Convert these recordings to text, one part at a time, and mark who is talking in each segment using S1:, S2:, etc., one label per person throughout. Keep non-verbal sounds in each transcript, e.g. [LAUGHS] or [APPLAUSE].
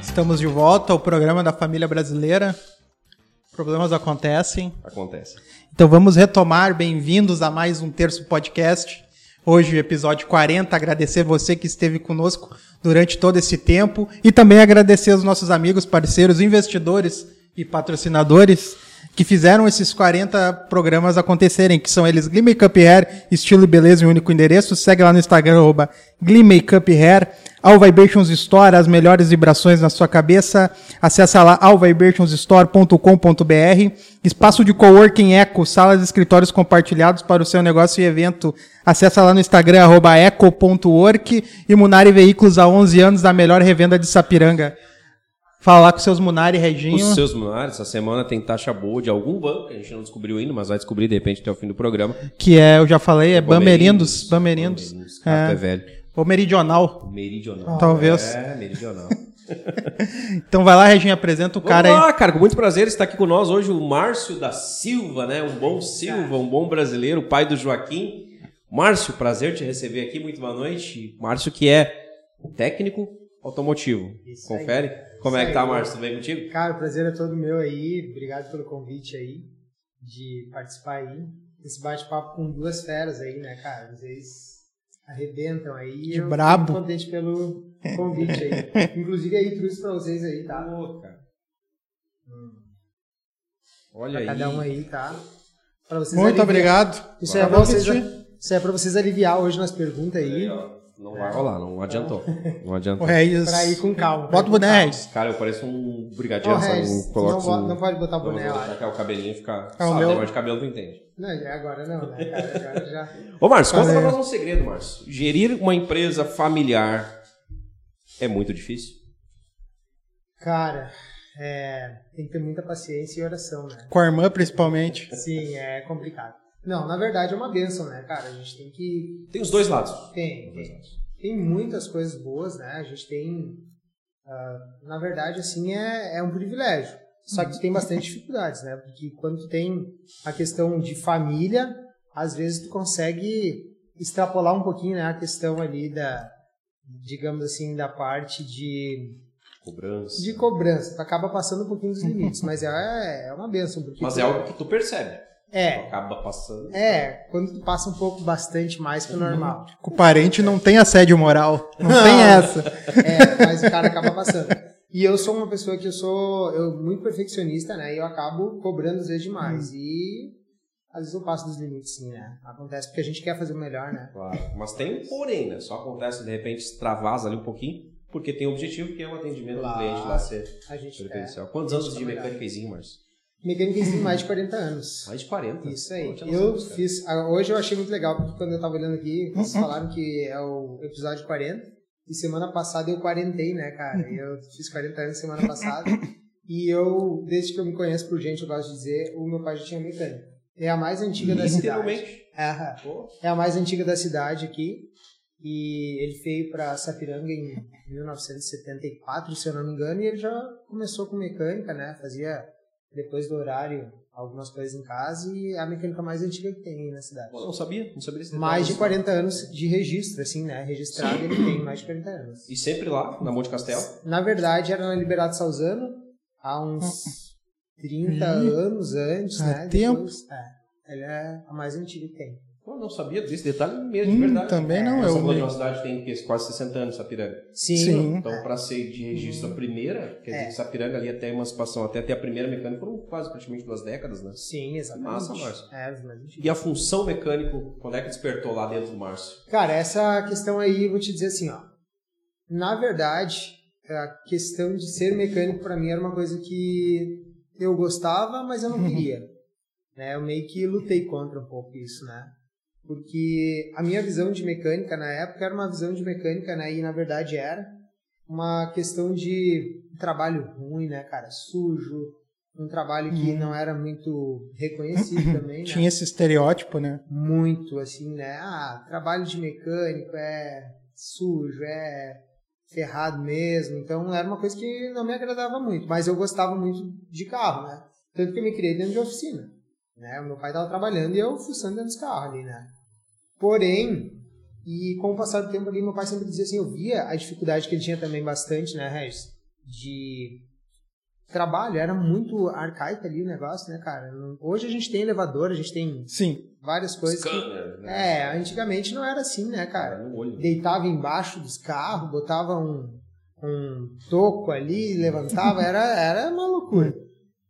S1: Estamos de volta ao programa da família brasileira. Problemas acontecem.
S2: Acontece.
S1: Então vamos retomar. Bem-vindos a mais um Terço Podcast. Hoje, episódio 40. Agradecer você que esteve conosco durante todo esse tempo e também agradecer aos nossos amigos, parceiros, investidores e patrocinadores que fizeram esses 40 programas acontecerem, que são eles Glee Makeup Hair, estilo e beleza e único endereço. Segue lá no Instagram, arroba Glee Makeup Hair. All Vibrations Store, as melhores vibrações na sua cabeça. Acesse lá allvibrationsstore.com.br. Espaço de coworking Eco, salas e escritórios compartilhados para o seu negócio e evento. Acesse lá no Instagram, arroba eco.work. E Munari Veículos, há 11 anos, da melhor revenda de Sapiranga. Fala lá com seus Munari, Reginho.
S2: Os seus lunares, essa semana tem taxa boa de algum banco, que a gente não descobriu ainda, mas vai descobrir de repente até o fim do programa.
S1: Que é, eu já falei, é Bamerindos. Bamerindos.
S2: Bamerindos,
S1: É.
S2: café velho.
S1: Ou Meridional.
S2: Meridional.
S1: Talvez.
S2: É, meridional.
S1: Então vai lá, Reginho, apresenta [LAUGHS] o cara é
S2: Vamos
S1: aí.
S2: lá, cara, com muito prazer está aqui com nós hoje o Márcio da Silva, né? Um bom Silva, um bom brasileiro, pai do Joaquim. Márcio, prazer te receber aqui, muito boa noite. Márcio que é técnico automotivo.
S3: Isso aí.
S2: Confere? Como é
S3: Isso
S2: que tá,
S3: aí.
S2: Márcio? Tudo bem contigo?
S3: Cara, o prazer é todo meu aí. Obrigado pelo convite aí de participar aí desse bate-papo com duas feras aí, né, cara? Vocês arrebentam aí.
S1: Que
S3: eu
S1: brabo.
S3: Fico contente pelo
S1: [LAUGHS]
S3: convite aí. Inclusive aí trouxe pra vocês aí, tá?
S2: Ô, cara. Hum. Olha
S3: Pra
S2: aí.
S3: cada um aí, tá? Pra vocês
S1: Muito
S3: aliviar-
S1: obrigado.
S3: Isso é, pra
S1: Vamos
S3: vocês,
S1: assistir.
S3: isso é pra vocês aliviar hoje nas perguntas aí,
S2: Aí, ó, É. Não vai rolar, não [LAUGHS] adiantou. Não
S1: O
S2: adiantou.
S1: Reis.
S3: pra ir com calma. pra
S1: Bota
S3: ir
S1: o
S3: com
S1: boné,
S3: calma.
S1: Reis.
S2: Cara, eu pareço um brigadinho,
S3: Ô,
S2: sabe?
S3: Regis,
S2: Um-
S3: tu não,
S2: coloco
S3: bo-
S2: um-
S3: não pode botar o boné
S2: Não, vou
S3: lá.
S2: deixar o cabelinho ficar.
S1: É o
S2: Sabe,
S1: meu.
S2: negócio de cabelo tu entende.
S3: Não, agora não, né, cara? Agora já...
S2: Ô, Márcio, conta
S1: Fazer-
S2: pra nós um segredo, Márcio. Gerir uma empresa familiar é muito difícil?
S3: Cara, é, tem que ter muita paciência e oração, né?
S1: Com a irmã, principalmente.
S3: Sim, é complicado. Não, na verdade é uma benção, né, cara? A gente tem que.
S2: Tem os dois lados.
S3: Tem, tem, tem muitas coisas boas, né? A gente tem. ah, na verdade, assim, é, é um privilégio. Só que tu tem bastante dificuldades, né? Porque quando tu tem a questão de família, às vezes tu consegue extrapolar um pouquinho, né? A questão ali da. Digamos assim, da parte de
S2: Cobrança.
S3: de cobrança. Tu acaba passando um pouquinho dos limites, mas é, é uma benção. Porque
S2: Mas é algo que tu percebe. Tu
S3: É,
S2: acaba passando.
S3: é, quando tu passa um pouco bastante mais que o normal.
S1: Com o parente não tem assédio moral. Não tem essa.
S2: Uhum.
S3: É, mas o cara acaba passando. E eu sou uma pessoa que eu sou eu muito perfeccionista, né? E eu acabo cobrando às vezes demais.
S2: Uhum.
S3: E às vezes eu passo dos limites, sim, né? Acontece porque a gente quer fazer o melhor, né?
S2: Claro. Mas tem um porém, né? Só acontece de repente extravasa ali um pouquinho, porque tem um objetivo que é o atendimento do
S3: Claro. É.
S2: cliente lá ser
S3: A gente quer.
S2: preferencial. Quantos anos de mecânica existe, Márcio?
S3: Mecânica tem mais de 40 anos.
S2: Mais de 40.
S3: Isso aí.
S2: Pô, tinha noção
S3: Eu
S2: disso, cara. Uhum.
S3: fiz. ah, Hoje eu achei muito legal, porque quando eu tava olhando aqui, vocês falaram que é o episódio 40. E semana passada eu quarentei, né, cara? Eu fiz 40 anos semana passada. E eu, desde que eu me conheço por gente, eu gosto de dizer, o meu pai já tinha mecânica. É a mais antiga da cidade.
S2: Literalmente.
S3: Aham.
S2: Pô,
S3: É a mais antiga da cidade aqui. E ele veio pra Sapiranga em 1974, se eu não me engano, e ele já começou com mecânica, né? Fazia depois do horário algumas coisas em casa e é a mecânica mais antiga que tem na cidade.
S2: Não sabia? Não sabia desse detalhe.
S3: Mais de 40 anos de registro, assim, né? Registrado ele tem mais de 40 anos.
S2: E sempre lá, na Monte Castelo.
S3: Na verdade, era na Liberato Salzano há uns 30
S1: Ih,
S3: anos antes,
S1: há
S3: né?
S1: tempo.
S3: Depois, é, ela é a mais antiga que tem.
S2: Pô, não sabia desse detalhe mesmo,
S1: Hum,
S2: de verdade.
S1: também não,
S2: Essa
S1: eu-
S2: falou de uma cidade que tem que, quase 60 anos, Sapiranga.
S1: Sim.
S2: Então, pra ser de registro a primeira, quer dizer,
S3: Hum. É.
S2: Sapiranga ali até a emancipação, até ter a primeira mecânica, foram quase praticamente duas décadas, né?
S3: Sim, exatamente.
S2: Massa, Márcio.
S3: É, mas enfim.
S2: E a função mecânico, quando é que despertou lá dentro do Márcio?
S3: Cara, essa questão aí, eu vou te dizer assim, ó. Na verdade, a questão de ser mecânico pra mim era uma coisa que eu gostava, mas eu não queria. né? Eu meio que lutei contra um pouco isso, né? Porque a minha visão de mecânica na época era uma visão de mecânica, né? E na verdade era uma questão de trabalho ruim, né, cara? Sujo, um trabalho que
S1: Uhum.
S3: não era muito reconhecido também, né?
S1: Tinha esse estereótipo, né?
S3: muito assim, né? Ah, trabalho de mecânico é sujo, é ferrado mesmo. Então era uma coisa que não me agradava muito, mas eu gostava muito de carro, né? Tanto que eu me criei dentro de oficina, né? O meu pai estava trabalhando e eu fuçando dentro dos carros ali, né? Porém, e com o passar do tempo ali, meu pai sempre dizia assim, eu via a dificuldade que ele tinha também bastante, né, Regis? de trabalho, era muito arcaico ali o negócio, né, cara? Não- Hoje a gente tem elevador, a gente tem
S1: Sim.
S3: várias coisas. que-
S2: Scanner, né?
S3: É, antigamente não era assim, né, cara?
S2: É no olho.
S3: deitava embaixo dos carros, botava um, um toco ali, levantava, [LAUGHS] era, era uma loucura.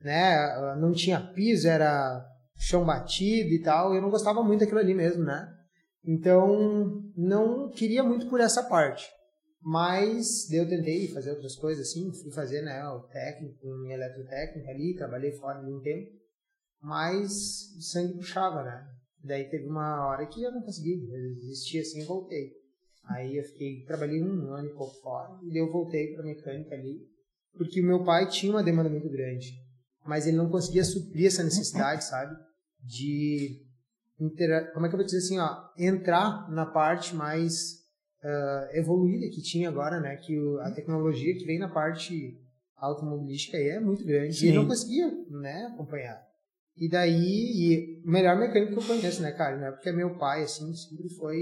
S3: Né? Não tinha piso, era chão batido e tal. Eu não gostava muito daquilo ali mesmo, né? Então, não queria muito por essa parte. Mas daí eu tentei fazer outras coisas assim, fui fazer né, o técnico, um eletrotécnico ali, trabalhei fora de um tempo, mas o sangue puxava, né? Daí teve uma hora que eu não consegui, eu desisti assim e voltei. Aí eu fiquei, trabalhei um ano e pouco fora, e daí eu voltei para mecânica ali, porque o meu pai tinha uma demanda muito grande, mas ele não conseguia suprir essa necessidade, sabe? De intera- como é que eu vou dizer assim, ó, entrar na parte mais ah, evoluída que tinha agora, né? Que o- a tecnologia que vem na parte automobilística aí é muito grande e ele não
S1: Sim.
S3: conseguia, né, acompanhar. E daí, e o melhor mecânico que eu conheço, né, cara? Não é porque é meu pai, assim, sempre foi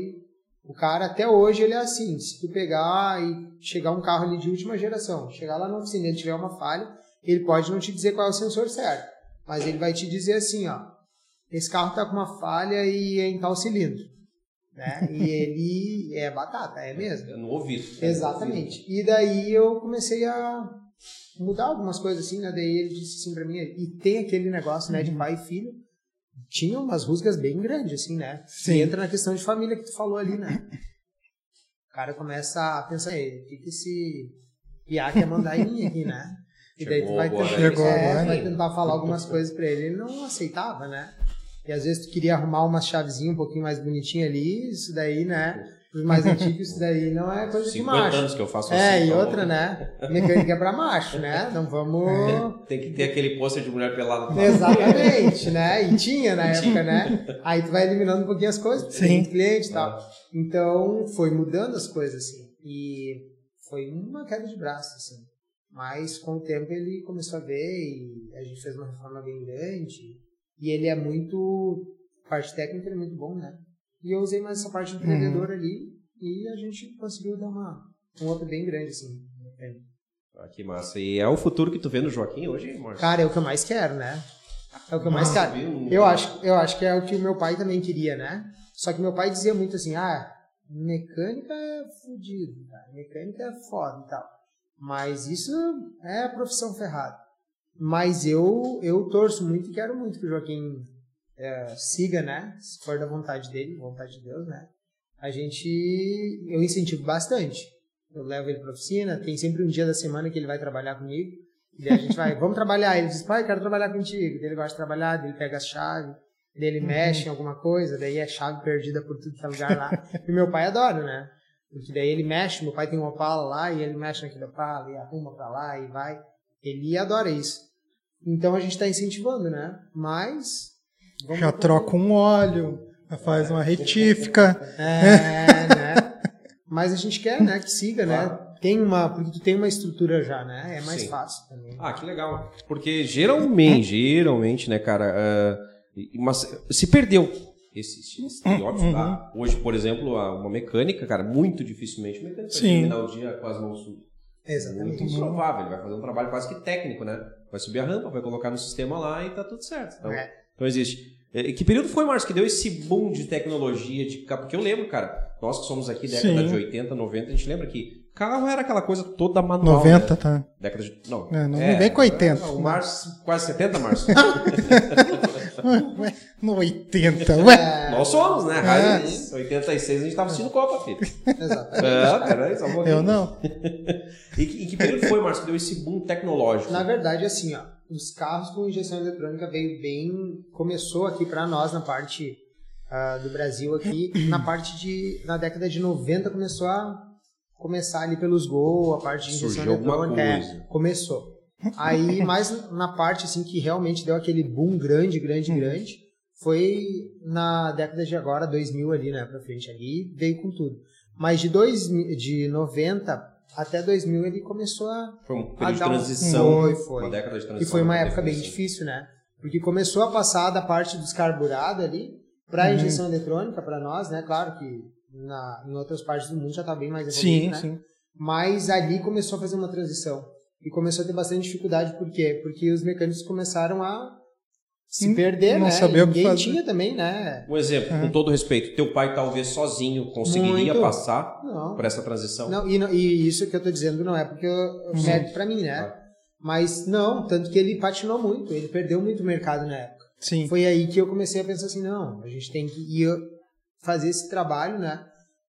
S3: o cara até hoje ele é assim, se tu pegar e chegar um carro ali de última geração, chegar lá na oficina e tiver uma falha, ele pode não te dizer qual é o sensor certo, mas ele vai te dizer assim, ó, esse carro tá com uma falha e é em tal cilindro, né? E ele é batata, é mesmo.
S2: É no ouvido. né?
S3: Exatamente. E daí eu comecei a mudar algumas coisas assim, né? Daí ele disse assim pra mim, e tem aquele negócio,
S2: Uhum.
S3: né, de pai e filho. Tinha umas rusgas bem grandes, assim, né?
S1: Sim.
S3: E entra na questão de família que tu falou ali, né? O cara começa a pensar, "Ei, o que, que esse piá quer mandar em mim aqui, né? E daí tu
S2: Chegou
S3: vai
S2: agora,
S3: tentar,
S1: né? Chegou
S3: é,
S1: agora.
S3: tu vai tentar falar algumas coisas pra ele, ele não aceitava, né? E às vezes tu queria arrumar umas chavezinhas um pouquinho mais bonitinha ali, isso daí, né? Os mais antigos, isso daí não é coisa de
S2: 50
S3: macho.
S2: anos que eu faço
S3: É,
S2: assim,
S3: e
S2: então
S3: outra, né? Mecânica é pra macho, né? Não vamos.
S2: Tem que ter aquele pôster de mulher pelada.
S3: Exatamente, né? E tinha na época, né? Aí tu vai eliminando um pouquinho as coisas,
S1: Sim.
S3: tem cliente e tal. Então foi mudando as coisas, assim. E foi uma queda de braço, assim. Mas com o tempo ele começou a ver e a gente fez uma reforma bem grande. E ele é muito. Parte técnica ele é muito bom, né? E eu usei mais essa parte empreendedora ali e a gente conseguiu dar uma, um outro bem grande, assim.
S2: Ah, que massa. E é o futuro que tu vê no Joaquim hoje, Márcio?
S3: Cara, é o que eu mais quero, né? É o que eu mais
S2: Massa,
S3: quero.
S2: viu?
S3: Eu acho, eu acho que é o que o meu pai também queria, né? Só que meu pai dizia muito assim, ah, mecânica é fudido, tá? mecânica é foda e tal. Mas isso é profissão ferrada. Mas eu, eu torço muito e quero muito que o Joaquim eh, siga, né? Se for da vontade dele, vontade de Deus, né? A gente, eu incentivo bastante. Eu levo ele pra oficina, tem sempre um dia da semana que ele vai trabalhar comigo. E daí a gente vai, vamos trabalhar. Ele diz, pai, quero trabalhar contigo. Daí ele gosta de trabalhar, daí ele pega a chave, daí
S1: Uhum.
S3: ele mexe em alguma coisa, daí é chave perdida por tudo que é lugar lá. e meu pai adora, né? Porque daí ele mexe, meu pai tem um Opala lá, e ele mexe naquele Opala, e arruma pra lá, e vai. Ele adora isso. Então a gente tá incentivando, né? Mas... vamos
S1: Já
S3: pro-
S1: troca um óleo, faz uma retífica.
S3: É, né? [LAUGHS] Mas a gente quer, né? Que siga, né? Tem uma... Porque tu tem uma estrutura já, né? É mais
S2: Sim.
S3: fácil também.
S2: Ah, que legal. Porque geralmente, geralmente, né, cara, ah, e- mas se perdeu esse
S3: Uhum.
S2: estereótipo, tá? Hoje, por exemplo, a- uma mecânica, cara, muito dificilmente o mecânico vai
S1: Sim.
S2: terminar o dia com as mãos sujas. É Muito
S3: Exatamente.
S2: improvável, ele vai fazer um trabalho quase que técnico, né? Vai subir a rampa, vai colocar no sistema lá e tá tudo certo. Então,
S3: É.
S2: então existe. Eh, Que período foi, Márcio, que deu esse boom de tecnologia? De... ca- Porque eu lembro, cara, nós que somos aqui década
S1: Sim.
S2: de 80, 90, a gente lembra que carro era aquela coisa toda manual.
S1: 90,
S2: né?
S1: tá?
S2: Década de... Não,
S1: É, não vem com 80.
S2: O Márcio, quase 70, Márcio.
S1: [LAUGHS] Ué, No 80, ué.
S2: nós somos, né?
S1: É.
S2: Raiz, 86 a gente tava assistindo
S1: [LAUGHS]
S2: Copa, filho.
S3: Exato.
S2: Ah, peraí, só um pouquinho.
S1: Eu não.
S2: E que, e que período foi, Márcio, que deu esse boom tecnológico?
S3: Na verdade, assim, ó, os carros com injeção eletrônica veio bem, começou aqui pra nós na parte ah, do Brasil aqui, na parte de na década de 90 começou a começar ali pelos Gol, a parte de injeção
S2: Surgiu alguma
S3: eletrônica, é,
S2: coisa.
S3: começou.
S1: [LAUGHS]
S3: Aí, mais na parte assim que realmente deu aquele boom grande,
S1: Hum.
S3: grande, grande, foi na década de agora, 2000 ali, né, pra frente ali, veio com tudo. Mas de dois, mi- de 90 até 2000 ele começou a
S2: Foi um período de
S3: dar um-
S2: transição.
S3: Foi, foi.
S2: Uma década de transição.
S3: E foi uma época bem
S2: definição.
S3: difícil, né? Porque começou a passar da parte dos carburados ali para
S1: Uhum.
S3: a injeção eletrônica para nós, né? Claro que na, em outras partes do mundo já tá bem mais evoluído,
S1: Sim,
S3: né?
S1: sim.
S3: Mas ali começou a fazer uma transição. E começou a ter bastante dificuldade, por quê? Porque os mecânicos começaram a se perder,
S1: não
S3: né?
S1: saber o que
S3: Ninguém
S1: fazer.
S3: tinha também, né?
S2: Um exemplo, com todo respeito, teu pai talvez sozinho conseguiria
S3: Muito.
S2: passar
S3: Não.
S2: por essa transição.
S3: Não, e, não- e isso que eu tô dizendo não é porque eu
S1: Uhum.
S3: serve pra mim, né? Mas não, tanto que ele patinou muito, ele perdeu muito mercado na época.
S1: Sim.
S3: Foi aí que eu comecei a pensar assim, não, a gente tem que ir fazer esse trabalho, né?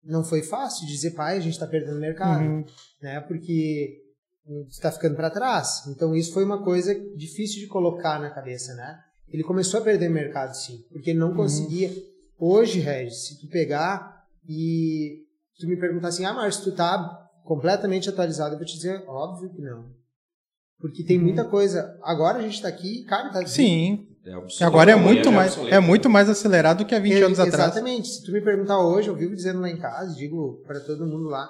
S3: Não foi fácil dizer, pai, a gente tá perdendo mercado,
S1: Uhum.
S3: né? Porque você tá ficando para trás. Então isso foi uma coisa difícil de colocar na cabeça, né? Ele começou a perder mercado, sim, porque ele não conseguia. Hoje, Regis, se tu pegar e tu me perguntar assim, ah, Márcio, tu tá completamente atualizado, eu vou te dizer, óbvio que não. Porque tem muita coisa. Agora a gente tá aqui, cara, tá
S1: Sim.
S2: É
S1: E
S2: obsoleto,
S1: agora é
S2: amanhã
S1: muito
S2: já
S1: mais
S2: obsoleto.
S1: é muito mais acelerado do que há 20
S3: Eu-
S1: anos atrás.
S3: Exatamente. Se tu me perguntar hoje, eu vivo dizendo lá em casa, digo para todo mundo lá,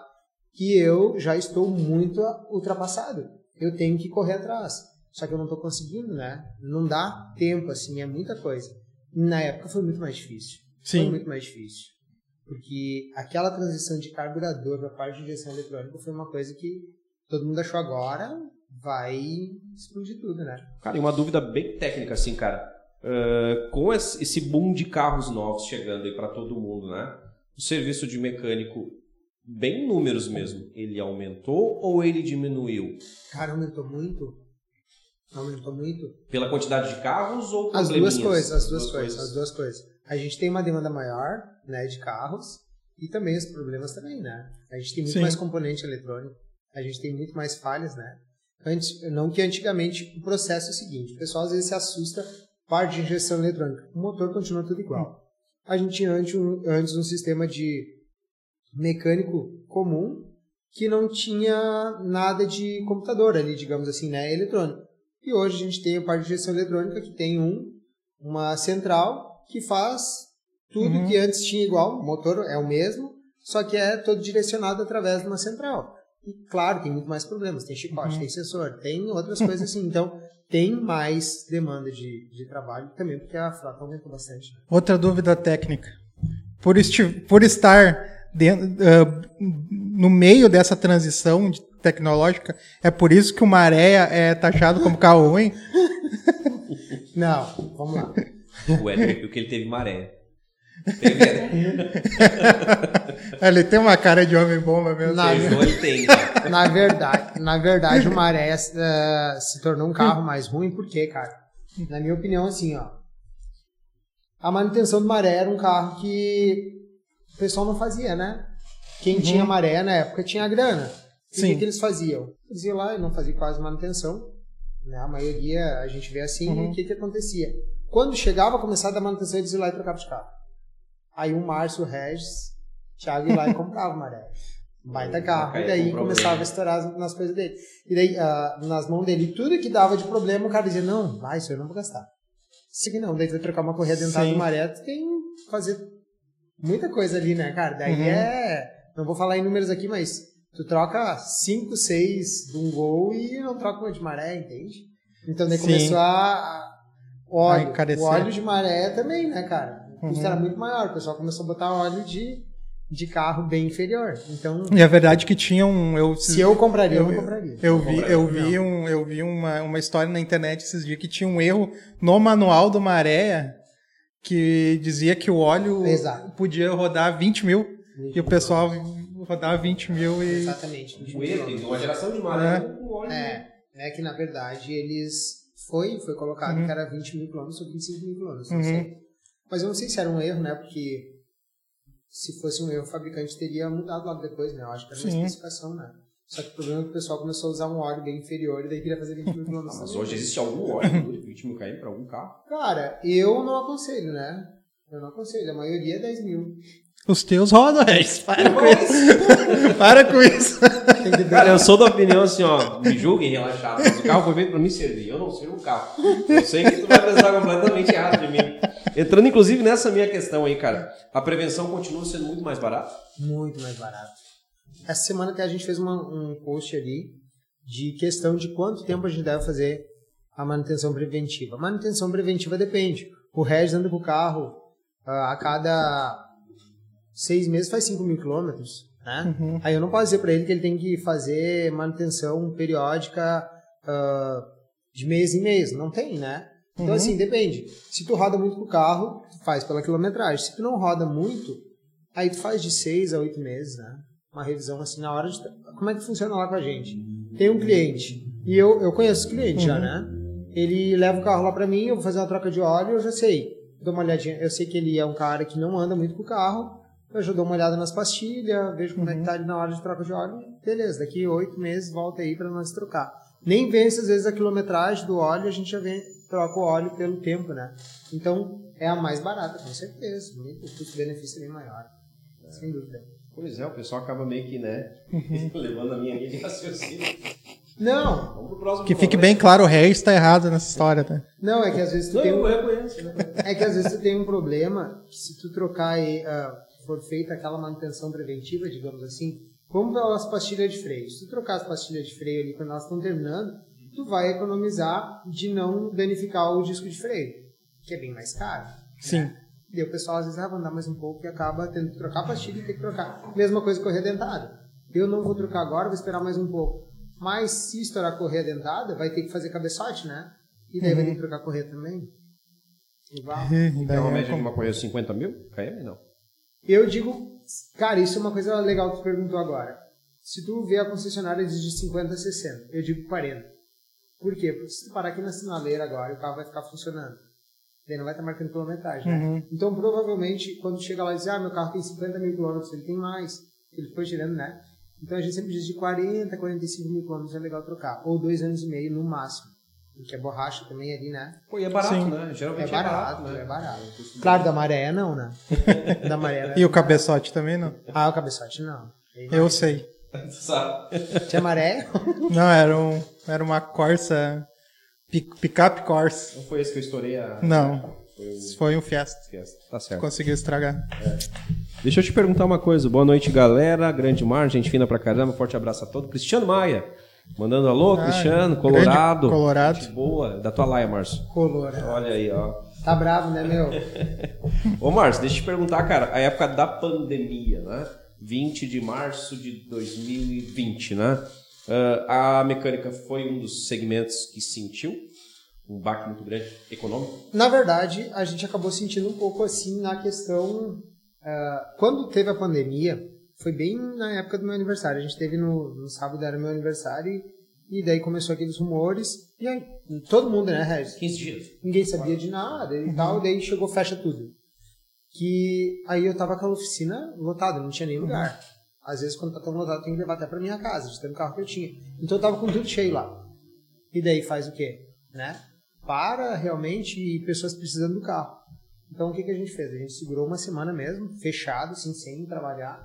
S3: que eu já estou muito a- ultrapassado. Eu tenho que correr atrás. Só que eu não estou conseguindo, né? Não dá tempo, assim, é muita coisa. Na época foi muito mais difícil. Foi
S1: Sim.
S3: muito mais difícil. Porque aquela transição de carburador para a parte de injeção eletrônica foi uma coisa que todo mundo achou agora vai explodir tudo, né?
S2: Cara, e uma dúvida bem técnica, assim, cara. Ah, com es- esse boom de carros novos chegando aí pra todo mundo, né? O serviço de mecânico, bem em números mesmo, ele aumentou ou ele diminuiu?
S3: Cara, aumentou muito. Aumentou muito.
S2: Pela quantidade de carros ou
S3: As duas
S2: probleminhas?
S3: coisas, as duas coisas, as duas coisas. A gente tem uma demanda maior, né, de carros e também os problemas também, né? A gente tem muito
S1: Sim.
S3: mais componente eletrônico, a gente tem muito mais falhas, né? Antes, não que antigamente o processo é o seguinte, o pessoal às vezes se assusta parte de injeção eletrônica. O motor continua tudo igual. A gente tinha antes um, antes um sistema de mecânico comum que não tinha nada de computador ali, digamos assim, né, eletrônico. E hoje a gente tem a parte de gestão eletrônica que tem um, uma central que faz tudo
S1: Uhum.
S3: que antes tinha igual, o motor é o mesmo, só que é todo direcionado através de uma central. E claro, tem muito mais problemas, tem chicote,
S1: Uhum.
S3: tem sensor, tem outras coisas assim. Então, tem mais demanda de, de trabalho também, porque a frota aumentou bastante. né?
S1: Outra dúvida técnica. Por, esti- por estar dentro- ah, no meio dessa transição de- tecnológica, é por isso que o Maré é taxado como carro ruim?
S3: Não, vamos lá.
S2: O Edwin, porque ele teve
S3: [LAUGHS]
S2: maré.
S1: [LAUGHS]
S2: Teve,
S1: Ele tem uma cara de homem bomba mesmo.
S3: Não.
S2: teve, ou ele tem, cara.
S3: Na verdade, na verdade, o Maré eh, se tornou um carro mais ruim, por quê, cara? Na minha opinião, assim, ó. A manutenção do Maré era um carro que o pessoal não fazia, né? Quem tinha Maré na época tinha grana. E o
S1: Uhum. Sim.
S3: que, que eles faziam? Eles iam lá e não faziam quase manutenção. Né? A maioria a gente vê assim,
S1: Uhum.
S3: e o que, que acontecia? Quando chegava a começar a dar manutenção, eles iam lá e trocavam de carro. Aí o Márcio Regis, Thiago ia lá
S1: [LAUGHS]
S3: e comprava o Maré. Um Baita carro.
S2: Cara,
S3: E daí
S2: com
S3: começava
S2: problema.
S3: a estourar as- nas coisas dele. E daí, ah, nas mãos dele, tudo que dava de problema, o cara dizia, não, vai, isso eu não vou gastar. Isso aqui não, daí tu vai trocar uma correia dentada
S1: Sim.
S3: do maré, tu tem que fazer muita coisa ali, né, cara? Daí
S1: Uhum.
S3: é... Não vou falar em números aqui, mas tu troca 5, 6 de um gol e não troca uma de maré, entende? Então daí
S1: Sim.
S3: começou a... O
S1: A
S3: óleo, o
S1: encarecer.
S3: óleo de maré também, né, cara? O custo
S1: Uhum.
S3: era muito maior, o pessoal começou a botar óleo de, de carro bem inferior. Então,
S1: E é verdade que tinha um. Eu,
S3: se eu compraria, eu,
S1: eu-
S3: não compraria.
S1: eu vi, eu vi,
S3: Não.
S1: um, eu vi uma, uma história na internet esses dias que tinha um erro no manual do Maré que dizia que o óleo
S3: Exato.
S1: podia rodar 20 mil e o pessoal rodava 20 mil e.
S3: Exatamente.
S2: O erro, tem uma geração de maré
S1: É.
S2: com óleo. né?
S3: É, é que na verdade eles foi, foi colocado que era 20 mil quilômetros ou 25 mil quilômetros, não
S1: Uhum.
S3: sei. Mas eu não sei se era um erro, né? Porque se fosse um erro, o fabricante teria mudado logo depois, né? Eu acho que era uma
S1: Sim.
S3: especificação, né? Só que o problema é que o pessoal começou a usar um óleo bem inferior e daí queria fazer 20 mil
S2: Ah,
S3: quilômetros.
S2: mas
S3: também.
S2: hoje existe algum óleo [LAUGHS] que dure 20 mil km pra algum carro?
S3: Cara, eu não aconselho, né? Eu não aconselho, a maioria é 10 mil.
S1: Os teus rodam, [LAUGHS] Regis. Para com
S2: assim?
S1: isso. Para com isso.
S3: Tem que dar
S2: Cara, eu sou da opinião assim, ó, me julguem relaxado, mas o carro foi feito pra me servir, eu não sirvo o carro. Eu sei que tu vai pensar completamente errado de mim. Entrando, inclusive, nessa minha questão aí, cara, a prevenção continua sendo muito mais barata?
S3: muito mais barato. Essa semana até a gente fez uma- um post ali de questão de quanto tempo a gente deve fazer a manutenção preventiva. Manutenção preventiva depende. O Regis anda com o carro ah, a cada seis meses faz 5 mil quilômetros. né? Aí eu não posso dizer para ele que ele tem que fazer manutenção periódica ah, de mês em mês, não tem, né? Então
S1: Uhum.
S3: assim, depende. Se tu roda muito com o carro, tu faz pela quilometragem. Se tu não roda muito, aí tu faz de seis a oito meses, né? Uma revisão assim na hora de... Como é que funciona lá com a gente? Tem um cliente, e eu, eu conheço o cliente já,
S1: Uhum.
S3: né? Ele leva o carro lá para mim, eu vou fazer uma troca de óleo, eu já sei. Dou uma olhadinha, eu sei que ele é um cara que não anda muito com o carro, eu já dou uma olhada nas pastilhas, vejo como é que tá ali na hora de troca de óleo. Beleza, daqui oito meses volta aí para nós trocar. Nem vence às vezes a quilometragem do óleo, a gente já vem, troca o óleo pelo tempo, né? Então é a mais barata, com certeza. O custo-benefício é bem maior, sem dúvida.
S2: Pois é, o pessoal acaba meio que, né? [LAUGHS] levando a minha linha de raciocínio.
S3: Não,
S2: Vamos pro próximo.
S1: Que fique
S2: problema.
S1: bem claro, o Regis está errado nessa história, tá?
S3: não, é que às vezes tu
S2: Não,
S3: tem
S2: eu
S3: um,
S2: reconheço. né? eu reconheço.
S3: [LAUGHS] É que às vezes tu tem um problema que se tu trocar e ah, for feita aquela manutenção preventiva, digamos assim, como pelas pastilhas de freio. Se tu trocar as pastilhas de freio ali quando elas estão terminando, tu vai economizar de não danificar o disco de freio, que é bem mais caro.
S1: Sim.
S3: E aí o pessoal às vezes ah, vai andar mais um pouco e acaba tendo que trocar a pastilha e tem que trocar. Mesma coisa com a correia dentada. Eu não vou trocar agora, vou esperar mais um pouco. Mas se estourar a correia dentada, vai ter que fazer cabeçote, né? E daí vai ter que trocar a correia também. Igual.
S2: Tem Uhum. uma
S1: Daí é
S2: média de
S1: com-
S2: maconha de 50 mil? KM não.
S3: Eu digo, cara, isso é uma coisa legal que tu perguntou agora. Se tu vê a concessionária diz de 50 a 60, eu digo 40. Por quê? Porque se tu parar aqui na sinaleira agora, o carro vai ficar funcionando. Ele não vai estar marcando quilometragem, né?
S1: Uhum.
S3: Então, provavelmente, quando chega lá e diz, ah, meu carro tem 50 mil quilômetros, ele tem mais. Ele foi girando, né? Então, a gente sempre diz de 40 a 45 mil quilômetros é legal trocar. Ou dois anos e meio, no máximo. Porque a borracha também ali, né?
S2: Pô, e é barato,
S1: Sim.
S2: né? Geralmente
S3: É
S2: é
S3: barato,
S2: barato, né?
S3: é barato. Claro, da maré não, né? Da
S2: [LAUGHS]
S3: maré, né?
S1: E o cabeçote também não?
S3: Ah, o cabeçote não.
S1: Eu sei.
S2: Sabe?
S3: Tinha maré? é
S1: Não, era, um, era uma Corsa, pic- picape Corsa.
S2: Não foi esse que eu estourei a.
S1: Não,
S2: Foi o.
S1: foi um Fiesta.
S2: Esquece. Tá certo.
S1: Conseguiu estragar.
S2: Deixa eu te perguntar uma coisa. Boa noite, galera. Grande Mar, gente fina pra caramba. Forte abraço a todos. Cristiano Maia. Mandando alô,
S1: Ah,
S2: Cristiano,
S1: grande
S2: Colorado.
S1: Colorado.
S2: Gente boa. Da tua laia, Márcio.
S3: Colorado.
S2: Olha aí, ó.
S3: né? Tá bravo, né, meu?
S2: Ô, Márcio, deixa eu te perguntar, cara. A época da pandemia, né? 20 de março de 2020, né? Ah, a mecânica foi um dos segmentos que sentiu um baque muito grande econômico.
S3: Na verdade, a gente acabou sentindo um pouco assim na questão. ah, quando teve a pandemia, foi bem na época do meu aniversário. A gente teve no, no sábado, era meu aniversário, e, e daí começou aqueles rumores. E aí, todo mundo, né, Regis?
S2: 15 dias.
S3: Ninguém sabia de nada e tal, daí chegou, fecha tudo. Que aí eu tava com a oficina lotada, não tinha nem lugar. Às vezes, quando tá tão lotado, eu tenho que levar até pra minha casa, de tanto carro que eu tinha. Então eu tava com tudo cheio lá. E daí faz o quê? Né? Para realmente e pessoas precisando do carro. Então o que, que a gente fez? A gente segurou uma semana mesmo, fechado, assim, sem trabalhar.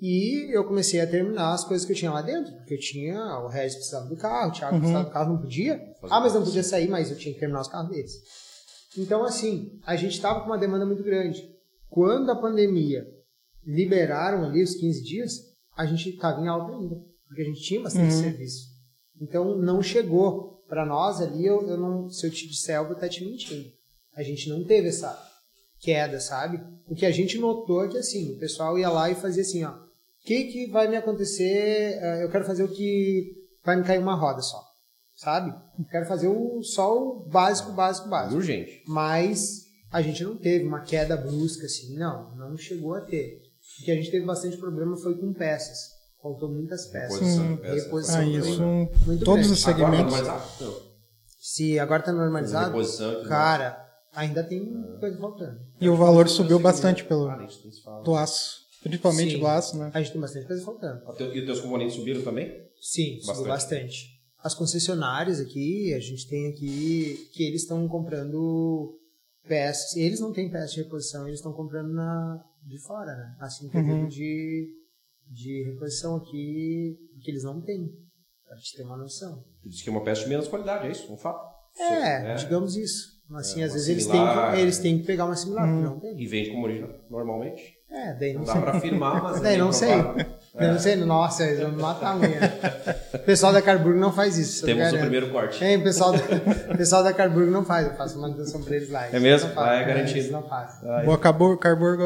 S3: E eu comecei a terminar as coisas que eu tinha lá dentro. Porque eu tinha, o Regis precisava do carro, o Thiago
S1: Uhum.
S3: precisava do carro, não podia. Ah, mas não podia sair, mas eu tinha que terminar os carros deles. Então, assim, a gente estava com uma demanda muito grande. Quando a pandemia liberaram ali os 15 dias, a gente estava em alta ainda, porque a gente tinha bastante
S1: Uhum.
S3: serviço. Então, não chegou. Para nós ali, eu, eu não, se eu te disser, eu vou estar te mentindo. A gente não teve essa queda, sabe? O que a gente notou é que, assim, o pessoal ia lá e fazia assim, ó, o que, que vai me acontecer? Ah, Eu quero fazer o que vai me cair uma roda só, sabe? Eu quero fazer o, só o básico, básico, básico
S2: Urgente.
S3: mas a gente não teve uma queda brusca assim, não, não chegou a ter. O que a gente teve bastante problema foi com peças, faltou muitas peças.
S2: Reposição de
S1: Hum.
S2: peças.
S3: Reposição
S1: Ah,
S3: Sim,
S1: isso.
S3: Muito
S1: Todos
S3: bem.
S1: os segmentos.
S2: Agora, mas, ah, não.
S3: Se agora tá normalizado,
S2: Reposição, que
S3: cara, ainda tem coisa faltando.
S1: E o valor subiu bastante
S2: não-
S1: pelo
S2: Ah, isso nem se fala.
S1: do aço. Principalmente
S3: Sim.
S1: do aço, né?
S3: A gente tem bastante coisa faltando.
S2: Ah, teu- E os teus componentes subiram também?
S3: Sim, subiu
S2: Bastante.
S3: bastante. As concessionárias aqui, a gente tem aqui que eles estão comprando peças. Eles não têm peças de reposição, eles estão comprando na, de fora, né? Assim, tem
S1: Uhum.
S3: tipo de, de reposição aqui que eles não têm, pra gente ter uma noção.
S2: Tu disse que é uma peça de menos qualidade, é isso? Um fato.
S3: É,
S2: né?
S3: digamos isso. Assim,
S2: É,
S3: às
S2: uma
S3: vezes eles têm,
S2: similar.
S3: que, eles têm que pegar uma similar, porque não tem.
S2: E vende como original, normalmente.
S3: É, daí
S2: Não
S3: não
S2: dá pra é. afirmar, mas. é
S3: Daí
S2: bem
S3: não sei.
S2: provável.
S3: Eu não sei, nossa, eles vão me matar amanhã. O pessoal da Carburgo não faz isso. tá eu
S2: Temos um o
S3: garanto.
S2: primeiro corte.
S3: É, o pessoal, da- o pessoal da Carburgo não faz, eu faço manutenção pra eles lá. Eles
S2: mesmo?
S3: Não fazem,
S2: Ah, é garantido.
S3: Eles não fazem.
S2: Ah,
S1: Boa Cabo- Carburgo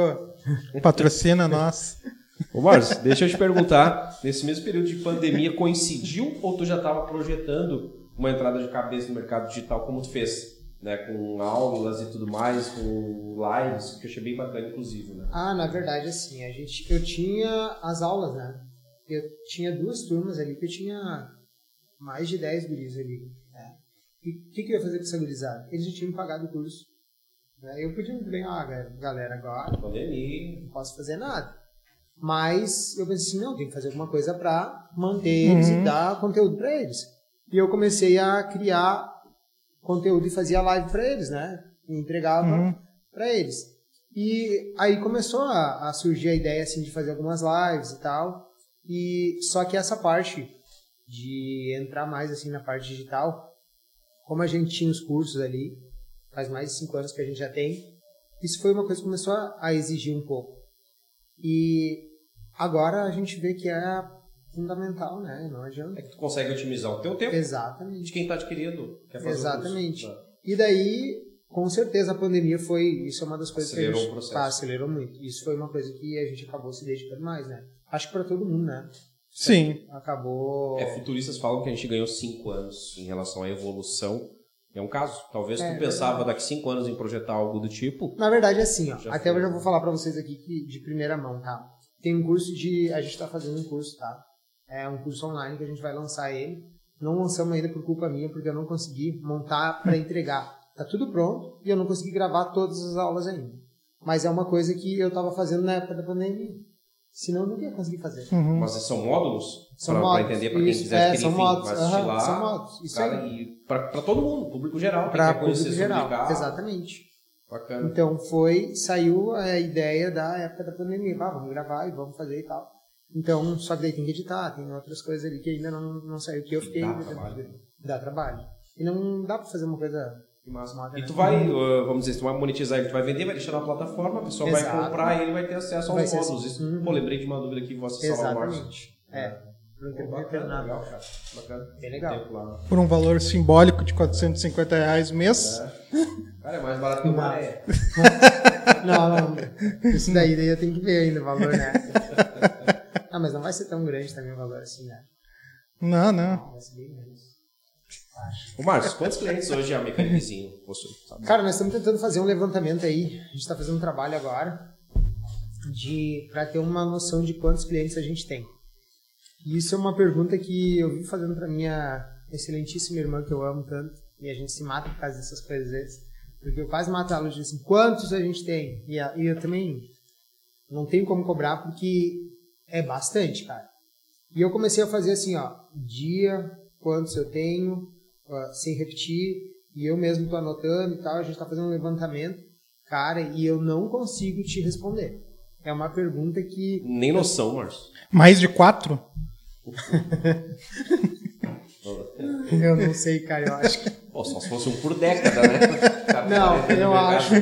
S1: patrocina nós.
S2: Ô, Márcio, deixa eu te perguntar, nesse mesmo período de pandemia, coincidiu ou tu já estava projetando uma entrada de cabeça no mercado digital como tu fez? Né, com aulas e tudo mais, com lives, que eu achei bem bacana, inclusive, né?
S3: Ah, na verdade, assim, a gente, eu tinha as aulas, né? Eu tinha duas turmas ali que eu tinha mais de 10 guris ali. né? E o que, que eu ia fazer com essa gurizada? Eles já tinham pagado o curso. né? Eu podia muito bem, ah, ga- galera, agora
S2: Pandemia,
S3: não posso fazer nada. Mas eu pensei assim, não, tem que fazer alguma coisa para manter eles
S1: Uhum.
S3: e dar conteúdo para eles. E eu comecei a criar conteúdo e fazia live para eles, né? E entregava
S1: Uhum.
S3: para eles. E aí começou a, a surgir a ideia assim de fazer algumas lives e tal. E só que essa parte de entrar mais assim na parte digital, como a gente tinha os cursos ali, faz mais de cinco anos que a gente já tem, isso foi uma coisa que começou a, a exigir um pouco. E agora a gente vê que é fundamental, né? Não adianta.
S2: é que tu consegue otimizar o teu tempo
S3: Exatamente.
S2: de quem está adquirindo. Quer fazer o curso,
S3: Exatamente.
S2: né?
S3: E daí, com certeza, a pandemia foi. Isso é uma das coisas
S2: Acelerou
S3: que a
S2: o
S3: gente
S2: processo.
S3: tá, acelerou muito. Isso foi uma coisa que a gente acabou se dedicando mais, né? Acho que para todo mundo, né?
S1: Sim.
S3: Acabou.
S2: É, futuristas falam que a gente ganhou 5 anos em relação à evolução. É um caso. Talvez
S3: É,
S2: tu pensava daqui 5 anos em projetar algo do tipo.
S3: Na verdade, é assim, ó.
S2: Já
S3: até
S2: foi.
S3: eu já vou falar para vocês aqui que, de primeira mão, tá? Tem um curso de. A gente tá fazendo um curso, tá? É um curso online que a gente vai lançar ele. Não lançamos ainda por culpa minha, porque eu não consegui montar para entregar. Tá tudo pronto e eu não consegui gravar todas as aulas ainda. Mas é uma coisa que eu tava fazendo na época da pandemia. Senão eu nunca ia conseguir fazer.
S1: Uhum.
S2: Mas são módulos?
S3: São
S2: pra,
S3: modos.
S2: pra entender, pra quem
S3: Isso,
S2: quiser
S3: é,
S2: adquirir,
S3: são
S2: enfim,
S3: modos.
S2: mas
S3: Aham,
S2: assistir lá.
S3: são modos. Isso
S2: cara,
S3: aí.
S2: e pra, pra todo mundo, público geral.
S3: Para
S2: quem quer conhecer
S3: público geral.
S2: sobre mercado.
S3: Exatamente.
S2: Bacana.
S3: Então foi, saiu a ideia da época da pandemia, ah, vamos gravar e vamos fazer e tal. Então, só que daí tem que editar, tem outras coisas ali que ainda não, não saiu, que eu fiquei...
S2: Dá trabalho.
S3: Dá trabalho. E não dá pra fazer uma coisa...
S2: Que massa.
S3: Moda,
S2: E
S3: né?
S2: tu vai, uh, vamos dizer, tu vai monetizar ele, tu vai vender, vai deixar na plataforma, a pessoa vai
S3: Exato.
S2: comprar e ele vai ter acesso aos
S3: Vai ser
S2: módulos.
S3: assim.
S2: Isso,
S3: Uhum.
S2: pô, lembrei de uma dúvida que vou acessar lá no Márcio.
S3: Exatamente. É. Não tem
S2: Pô,
S3: problema
S2: Bacana,
S3: nada.
S2: legal, cara. Bacana.
S3: Bem legal.
S2: Tempo lá. né?
S1: Por um valor simbólico de 450 reais mês.
S2: Cara, é mais barato que o
S3: Mas-
S2: Maré.
S3: Não, não. Isso daí, daí eu tenho que ver ainda o valor, [LAUGHS] né? Ah, mas não vai ser tão grande também o valor assim, né?
S1: Não, não.
S2: Hum.
S3: Vai ser bem menos.
S2: Ô, Márcio, quantos clientes hoje é a Mecaniquezinho possui? Sabe?
S3: Cara, nós estamos tentando fazer um levantamento aí. A gente está fazendo um trabalho agora de para ter uma noção de quantos clientes a gente tem. E isso é uma pergunta que eu vivo fazendo para minha excelentíssima irmã que eu amo tanto e a gente se mata por causa dessas coisas. às vezes. Porque eu quase mato ela de assim, quantos a gente tem? E, a- e eu também não tenho como cobrar porque é bastante, cara. E eu comecei a fazer assim, ó, dia, quantos eu tenho, ó, sem repetir, e eu mesmo tô anotando e tal, a gente tá fazendo um levantamento, cara, e eu não consigo te responder. É uma pergunta que [LAUGHS]
S2: Nem noção, Márcio.
S1: Mais de quatro?
S3: eu não sei, cara, eu acho que...
S2: Pô, só se fosse um por década, né? Cara,
S3: Não,
S2: tá
S3: eu
S2: ligado?
S3: acho...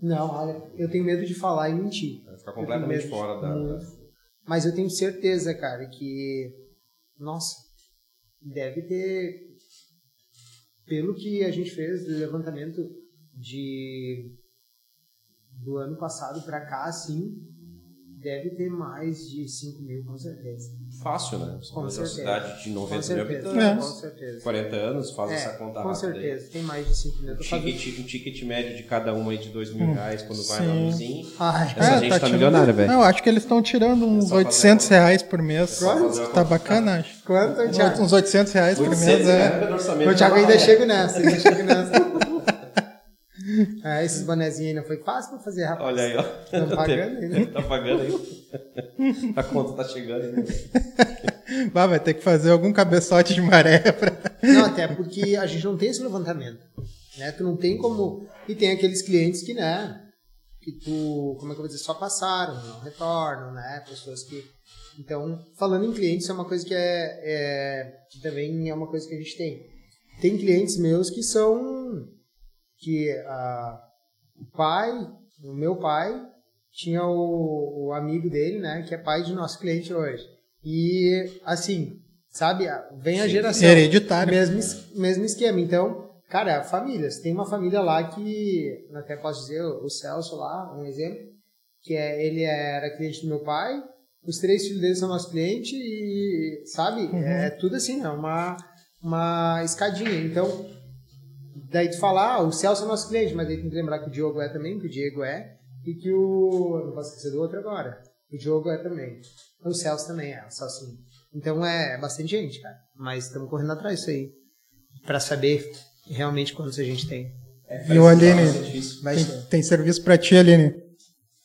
S3: Não, olha, eu tenho medo de falar e mentir.
S2: Vai ficar completamente fora da. da-
S3: Mas eu tenho certeza, cara, que. Nossa, deve ter. Pelo que a gente fez do levantamento de. do ano passado pra cá, assim, deve ter mais de 5 mil, com certeza.
S2: Fácil, né?
S3: Com
S2: Uma
S3: certeza.
S2: cidade de
S3: Com
S2: 90 mil
S3: certeza,
S1: É.
S3: com
S2: habitantes.
S3: certeza.
S2: 40 anos, faz
S3: É,
S2: essa conta
S3: com
S2: rápida. aí.
S3: certeza, tem mais de 5 mil.
S2: Um
S3: Eu tô fazendo- Hum,
S2: ticket, um ticket médio de cada uma aí de 2 mil reais quando vai lá
S1: Sim.
S2: no vizinho.
S3: Ai,
S1: É,
S2: Essa gente tá milionária, velho.
S1: Não, acho que eles estão tirando uns
S2: só
S1: 800 reais por mês.
S2: só fazer uma
S1: Tá bacana, acho.
S3: quanto, Thiago?
S1: Uns 800 reais por mês, é.
S2: do orçamento. tá né?
S3: O Thiago ainda chega nessa, ainda chega nessa. [LAUGHS] É, esses bonezinhos aí não foi fácil pra fazer, rapaz.
S2: Olha aí, ó.
S3: [LAUGHS] Tão pagando aí, né?
S2: [LAUGHS] Tá pagando aí. [LAUGHS] A conta tá chegando aí.
S3: né?
S1: Bah, vai ter que fazer algum cabeçote de maré pra...
S3: Não, até porque a gente não tem esse levantamento, né? Tu não tem como... E tem aqueles clientes que, né, que tu, como é que eu vou dizer, só passaram, não retornam, né? Pessoas que... Então, falando em clientes, isso é uma coisa que é, é... que Também é uma coisa que a gente tem. Tem clientes meus que são... Que ah, o pai, o meu pai, tinha o, o amigo dele, né? Que é pai de nosso cliente hoje. E, assim, sabe? Vem a geração.
S1: hereditário.
S3: Mesmo, es- mesmo esquema. Então, cara, famílias. Tem uma família lá que, até posso dizer, o Celso lá, um exemplo, que é, ele era cliente do meu pai, Os três filhos deles são nossos clientes e, sabe, é tudo assim, né? Uma, uma escadinha. Então, daí tu falar, ah, o Celso é nosso cliente, mas daí tem que lembrar que o Diogo é também, que o Diego é, e que o. Eu não posso esquecer do outro agora. O Diogo é também. O Celso também é, só assim. Então é bastante gente, cara. Mas estamos correndo atrás disso aí. Pra saber realmente quantos a gente tem.
S2: É,
S1: E o
S2: tá
S1: Aline,
S3: Vai
S1: tem,
S3: ser.
S1: tem serviço pra ti, Aline.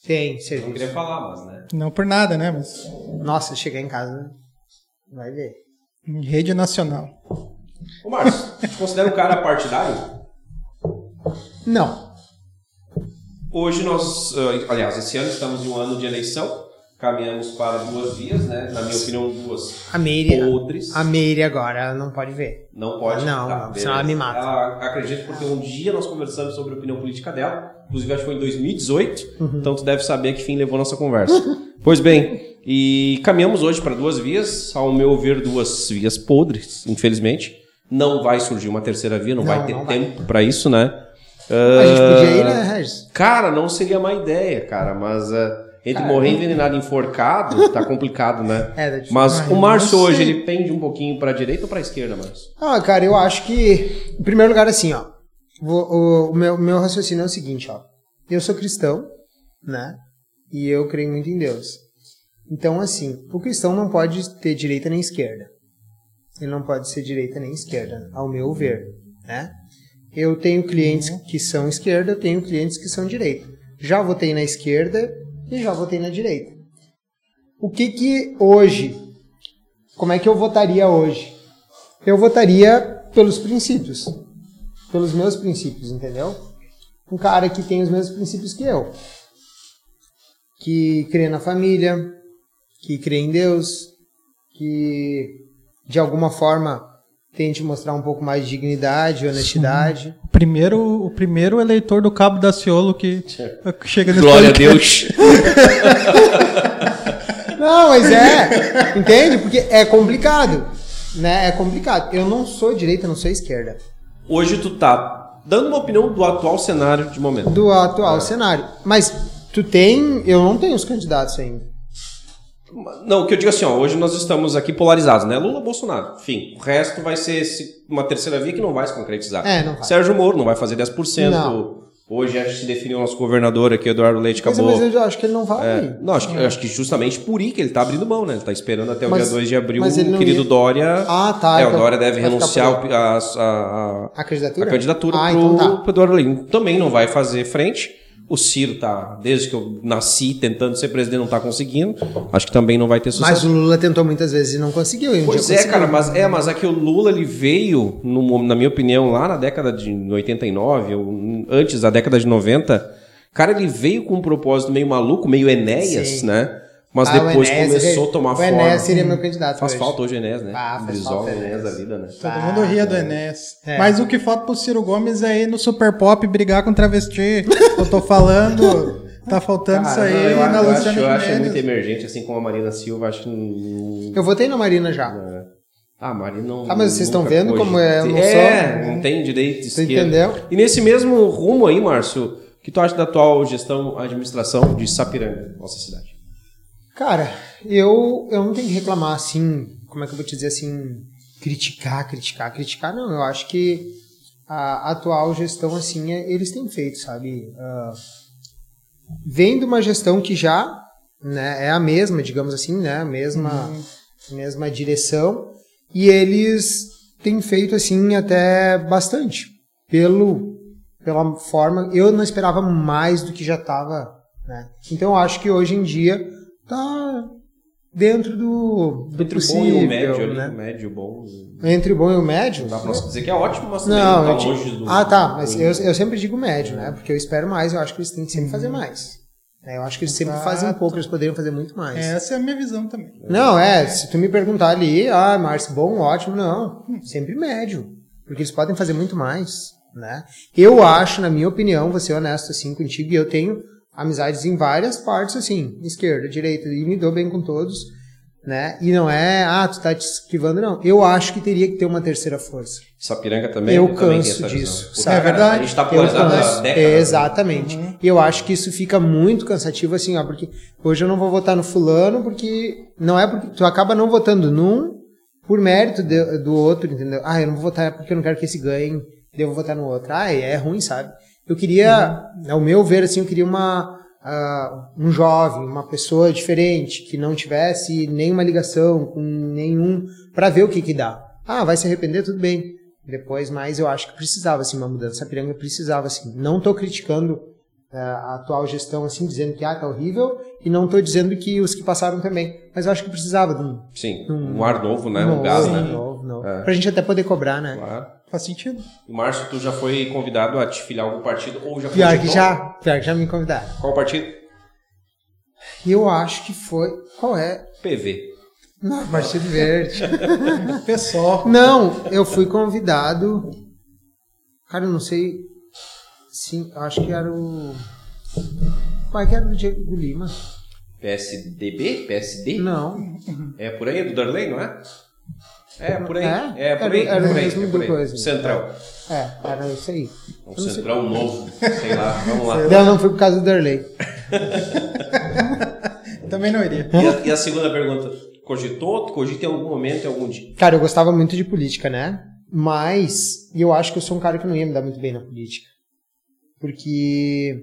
S3: Tem,
S2: Não
S3: serviço.
S2: queria falar, mas, né?
S1: Não por nada, né? Mas
S3: Nossa, chegar em casa. Vai ver.
S1: em rede nacional.
S2: Ô, Márcio, te considera um cara partidário?
S3: Não.
S2: Hoje nós, ah, aliás, esse ano estamos em um ano de eleição, caminhamos para duas vias, né? Na minha opinião, duas
S3: A Meire.
S2: podres.
S3: A Meire agora não pode ver.
S2: Não pode.
S3: Não, não,
S2: beleza.
S3: senão ela me mata.
S2: Ela acredita porque um dia nós conversamos sobre a opinião política dela, inclusive acho que foi em 2018,
S3: Uhum.
S2: então tu deve saber que fim levou nossa conversa.
S3: [LAUGHS]
S2: pois bem, e caminhamos hoje para duas vias, ao meu ver, duas vias podres, infelizmente. Não vai surgir uma terceira via, não,
S3: Não,
S2: vai ter
S3: não vai.
S2: tempo para isso, né?
S3: A gente podia ir, né, Regis?
S2: Cara, não seria má ideia, cara, mas eh, entre
S3: Cara,
S2: morrer envenenado e enforcado,
S3: [LAUGHS]
S2: tá complicado, né?
S3: É, da-
S2: Mas
S1: Ah,
S2: o Márcio
S1: não
S2: hoje,
S1: sei.
S2: ele pende um pouquinho pra direita ou pra esquerda, Márcio?
S3: Ah, cara, eu acho que. Em primeiro lugar, assim, ó. vou- o, o meu, meu raciocínio é o seguinte, ó. Eu sou cristão, né? E eu creio muito em Deus. Então, assim, o cristão não pode ter direita nem esquerda. Ele não pode ser direita nem esquerda, ao meu ver, né? Eu tenho clientes que são esquerda, eu tenho clientes que são direita. Já votei na esquerda e já votei na direita. O que que hoje, como é que eu votaria hoje? Eu votaria pelos princípios, pelos meus princípios, entendeu? Um cara que tem os mesmos princípios que eu, que crê na família, que crê em Deus, que de alguma forma tente mostrar um pouco mais de dignidade, honestidade.
S1: Primeiro, o primeiro eleitor do Cabo da Ciolo que que chega nesse
S3: tá
S1: podcast.
S2: Deus.
S3: Não, mas é. Entende? Porque é complicado. Né? É complicado. Eu não sou direita, não sou esquerda.
S2: Hoje tu tá dando uma opinião do atual cenário de momento.
S3: Do
S2: É.
S3: atual cenário. Mas tu tem. Eu não tenho os candidatos ainda.
S2: Não, o que eu digo assim, ó, hoje nós estamos aqui polarizados, né? Lula, Bolsonaro, enfim. O resto vai ser esse- uma terceira via que não vai se concretizar.
S3: É, não vai.
S2: Sérgio Moro não vai fazer 10%.
S3: Não.
S2: Hoje a gente definiu o nosso governador aqui, Eduardo Leite,
S3: Pois é,
S2: acabou... É.
S3: mas eu já acho que ele não vai.
S2: Não, acho que, acho que justamente por ir que ele tá abrindo mão, né? Ele tá esperando até o
S3: Mas-
S2: dia 2 de abril
S3: mas ele
S2: o
S3: não
S2: querido
S3: ia-
S2: Dória.
S3: Ah, tá,
S2: É, o
S3: então
S2: Dória deve
S3: vai ficar
S2: renunciar o- a, a- a-
S3: A
S2: a
S3: candidatura?
S2: candidatura
S3: ah,
S2: pro,
S3: então tá.
S2: pro Eduardo Leite. Também não vai fazer frente. O Ciro tá, desde que eu nasci, tentando ser presidente, não tá conseguindo. Acho que também não vai ter sucesso.
S3: Mas o Lula tentou muitas vezes e não conseguiu. E um
S2: Pois
S3: dia
S2: é,
S3: conseguiu.
S2: cara, mas é, mas é que o Lula ele veio, no mo- na minha opinião, lá na década de 89, ou n- antes da década de 90, cara, ele veio com um propósito meio maluco, meio Enéas,
S3: Sim.
S2: né? Mas
S3: Ah, o
S2: depois
S3: Enéas,
S2: começou
S3: ele-
S2: a tomar
S3: o
S2: forma.
S3: Enéas seria meu candidato.
S2: Faz
S3: hoje.
S2: falta hoje o Enéas, né?
S3: Ah, faz
S2: Brizola,
S3: falta o
S2: Enéas
S3: Enéas.
S2: da vida, né?
S1: Todo
S3: Ah,
S1: mundo ria do Enéas.
S3: É.
S1: Mas o que falta pro Ciro Gomes é ir no Super Pop brigar com travesti. Eu tô falando, tá faltando isso
S2: Cara,
S1: aí
S2: não, eu,
S1: na
S2: eu acho, eu
S1: Luciana É,
S2: acho muito
S1: Gimenez.
S2: emergente, assim como a Marina Silva, acho que. não-
S3: Eu votei na Marina já.
S2: Ah, Marina não.
S3: Ah, mas vocês estão
S2: nunca
S3: vendo como é, eu não
S2: É,
S3: sou-
S2: não tem direito de
S3: Você
S2: esquerda.
S3: entendeu?
S2: E nesse mesmo rumo aí, Márcio, o que tu acha da atual gestão, administração de Sapiranga, nossa cidade?
S3: Cara, eu, eu não tenho que reclamar assim, como é que eu vou te dizer assim, criticar, criticar, criticar, não. Eu acho que a atual gestão, assim, é- eles têm feito, sabe? Ah, vem de uma gestão que já né, é a mesma, digamos assim, né? A mesma, mesma direção. E eles têm feito, assim, até bastante. Pelo, pela forma... Eu não esperava mais do que já estava, né? Então, eu acho que hoje em dia tá dentro do,
S2: Entre o bom
S3: do
S2: e
S3: possível,
S2: o médio, ali, o
S3: né?
S2: médio, o bom.
S3: Entre o bom e o médio...
S2: Não dá pra nós dizer que é ótimo, mas também
S3: Não,
S2: tá
S3: eu te-
S2: longe do.
S3: Ah, tá. Mas
S2: do-
S3: eu, eu sempre digo médio, né? Porque eu espero mais, eu acho que eles têm que sempre fazer mais. né? Eu acho que eles sempre
S1: Exato.
S3: fazem um pouco, eles poderiam fazer muito mais.
S1: Essa é a minha visão também.
S3: Não, é, se tu me perguntar ali, ah, Márcio, bom, ótimo, não. Sempre médio. Porque eles podem fazer muito mais, né? Eu acho, na minha opinião, vou ser honesto assim contigo, e eu tenho amizades em várias partes, assim, esquerda, direita, e me dou bem com todos. né? E não é, ah, tu tá te esquivando, não. Eu acho que teria que ter uma terceira força.
S2: Sapiranga também.
S3: Eu
S2: também
S3: canso
S2: tenho essa
S3: disso,
S2: visão. Puta,
S3: sabe?
S2: cara,
S1: É verdade.
S2: A gente tá
S3: Eu
S2: polarizado há décadas.
S3: canso.
S2: né?
S3: É, exatamente.
S2: Uhum.
S3: E eu acho que isso fica muito cansativo, assim, ó, porque hoje eu não vou votar no fulano, porque não é porque tu acaba não votando num por mérito de- do outro, entendeu? Ah, eu não vou votar porque eu não quero que esse ganhe, daí eu vou votar no outro. Ah, é ruim, sabe? Eu queria,
S2: Uhum.
S3: ao meu ver, assim, eu queria uma ah, um jovem, uma pessoa diferente, que não tivesse nenhuma ligação com nenhum, para ver o que que dá. Ah, vai se arrepender, tudo bem depois, mas eu acho que precisava assim uma mudança. A piranga precisava assim. Não estou criticando eh, a atual gestão assim, dizendo que ah, tá horrível, e não estou dizendo que os que passaram também, mas eu acho que precisava de um,
S2: Sim,
S3: Hum.
S2: um ar novo, né?
S3: novo,
S2: Um gás,
S1: Sim.
S2: né?
S3: novo, novo.
S2: É.
S3: pra gente até poder cobrar, né?
S2: Claro.
S1: Faz sentido.
S2: E, Márcio, tu já foi convidado a te filiar a algum partido ou já foi
S3: Pior que
S2: diretor?
S3: já, pior que já me convidaram.
S2: Qual partido?
S3: E eu acho que foi, qual é?
S2: PV.
S3: Não, Partido Verde.
S1: Pessoal.
S3: [LAUGHS] Não, eu fui convidado. Cara, eu não sei. Sim, eu acho que era o. Qual é que era o Diego Lima?
S2: PSDB? PSD?
S3: Não.
S2: É por aí, do Darley, não é? É por aí.
S3: É?
S2: É, por aí.
S3: Era- era
S2: é por aí,
S3: mesmo
S2: é por aí.
S3: coisa.
S2: Central.
S3: É, era isso aí.
S2: Um
S3: não sei.
S2: central novo. Sei lá, vamos lá.
S3: [LAUGHS] Não, não foi por causa do Darley.
S1: Também não iria.
S2: E a, e a segunda pergunta? Cogitou? Tu cogita em algum momento, em algum dia?
S3: Cara, eu gostava muito de política, né? Mas eu acho que eu sou um cara que não ia me dar muito bem na política. Porque,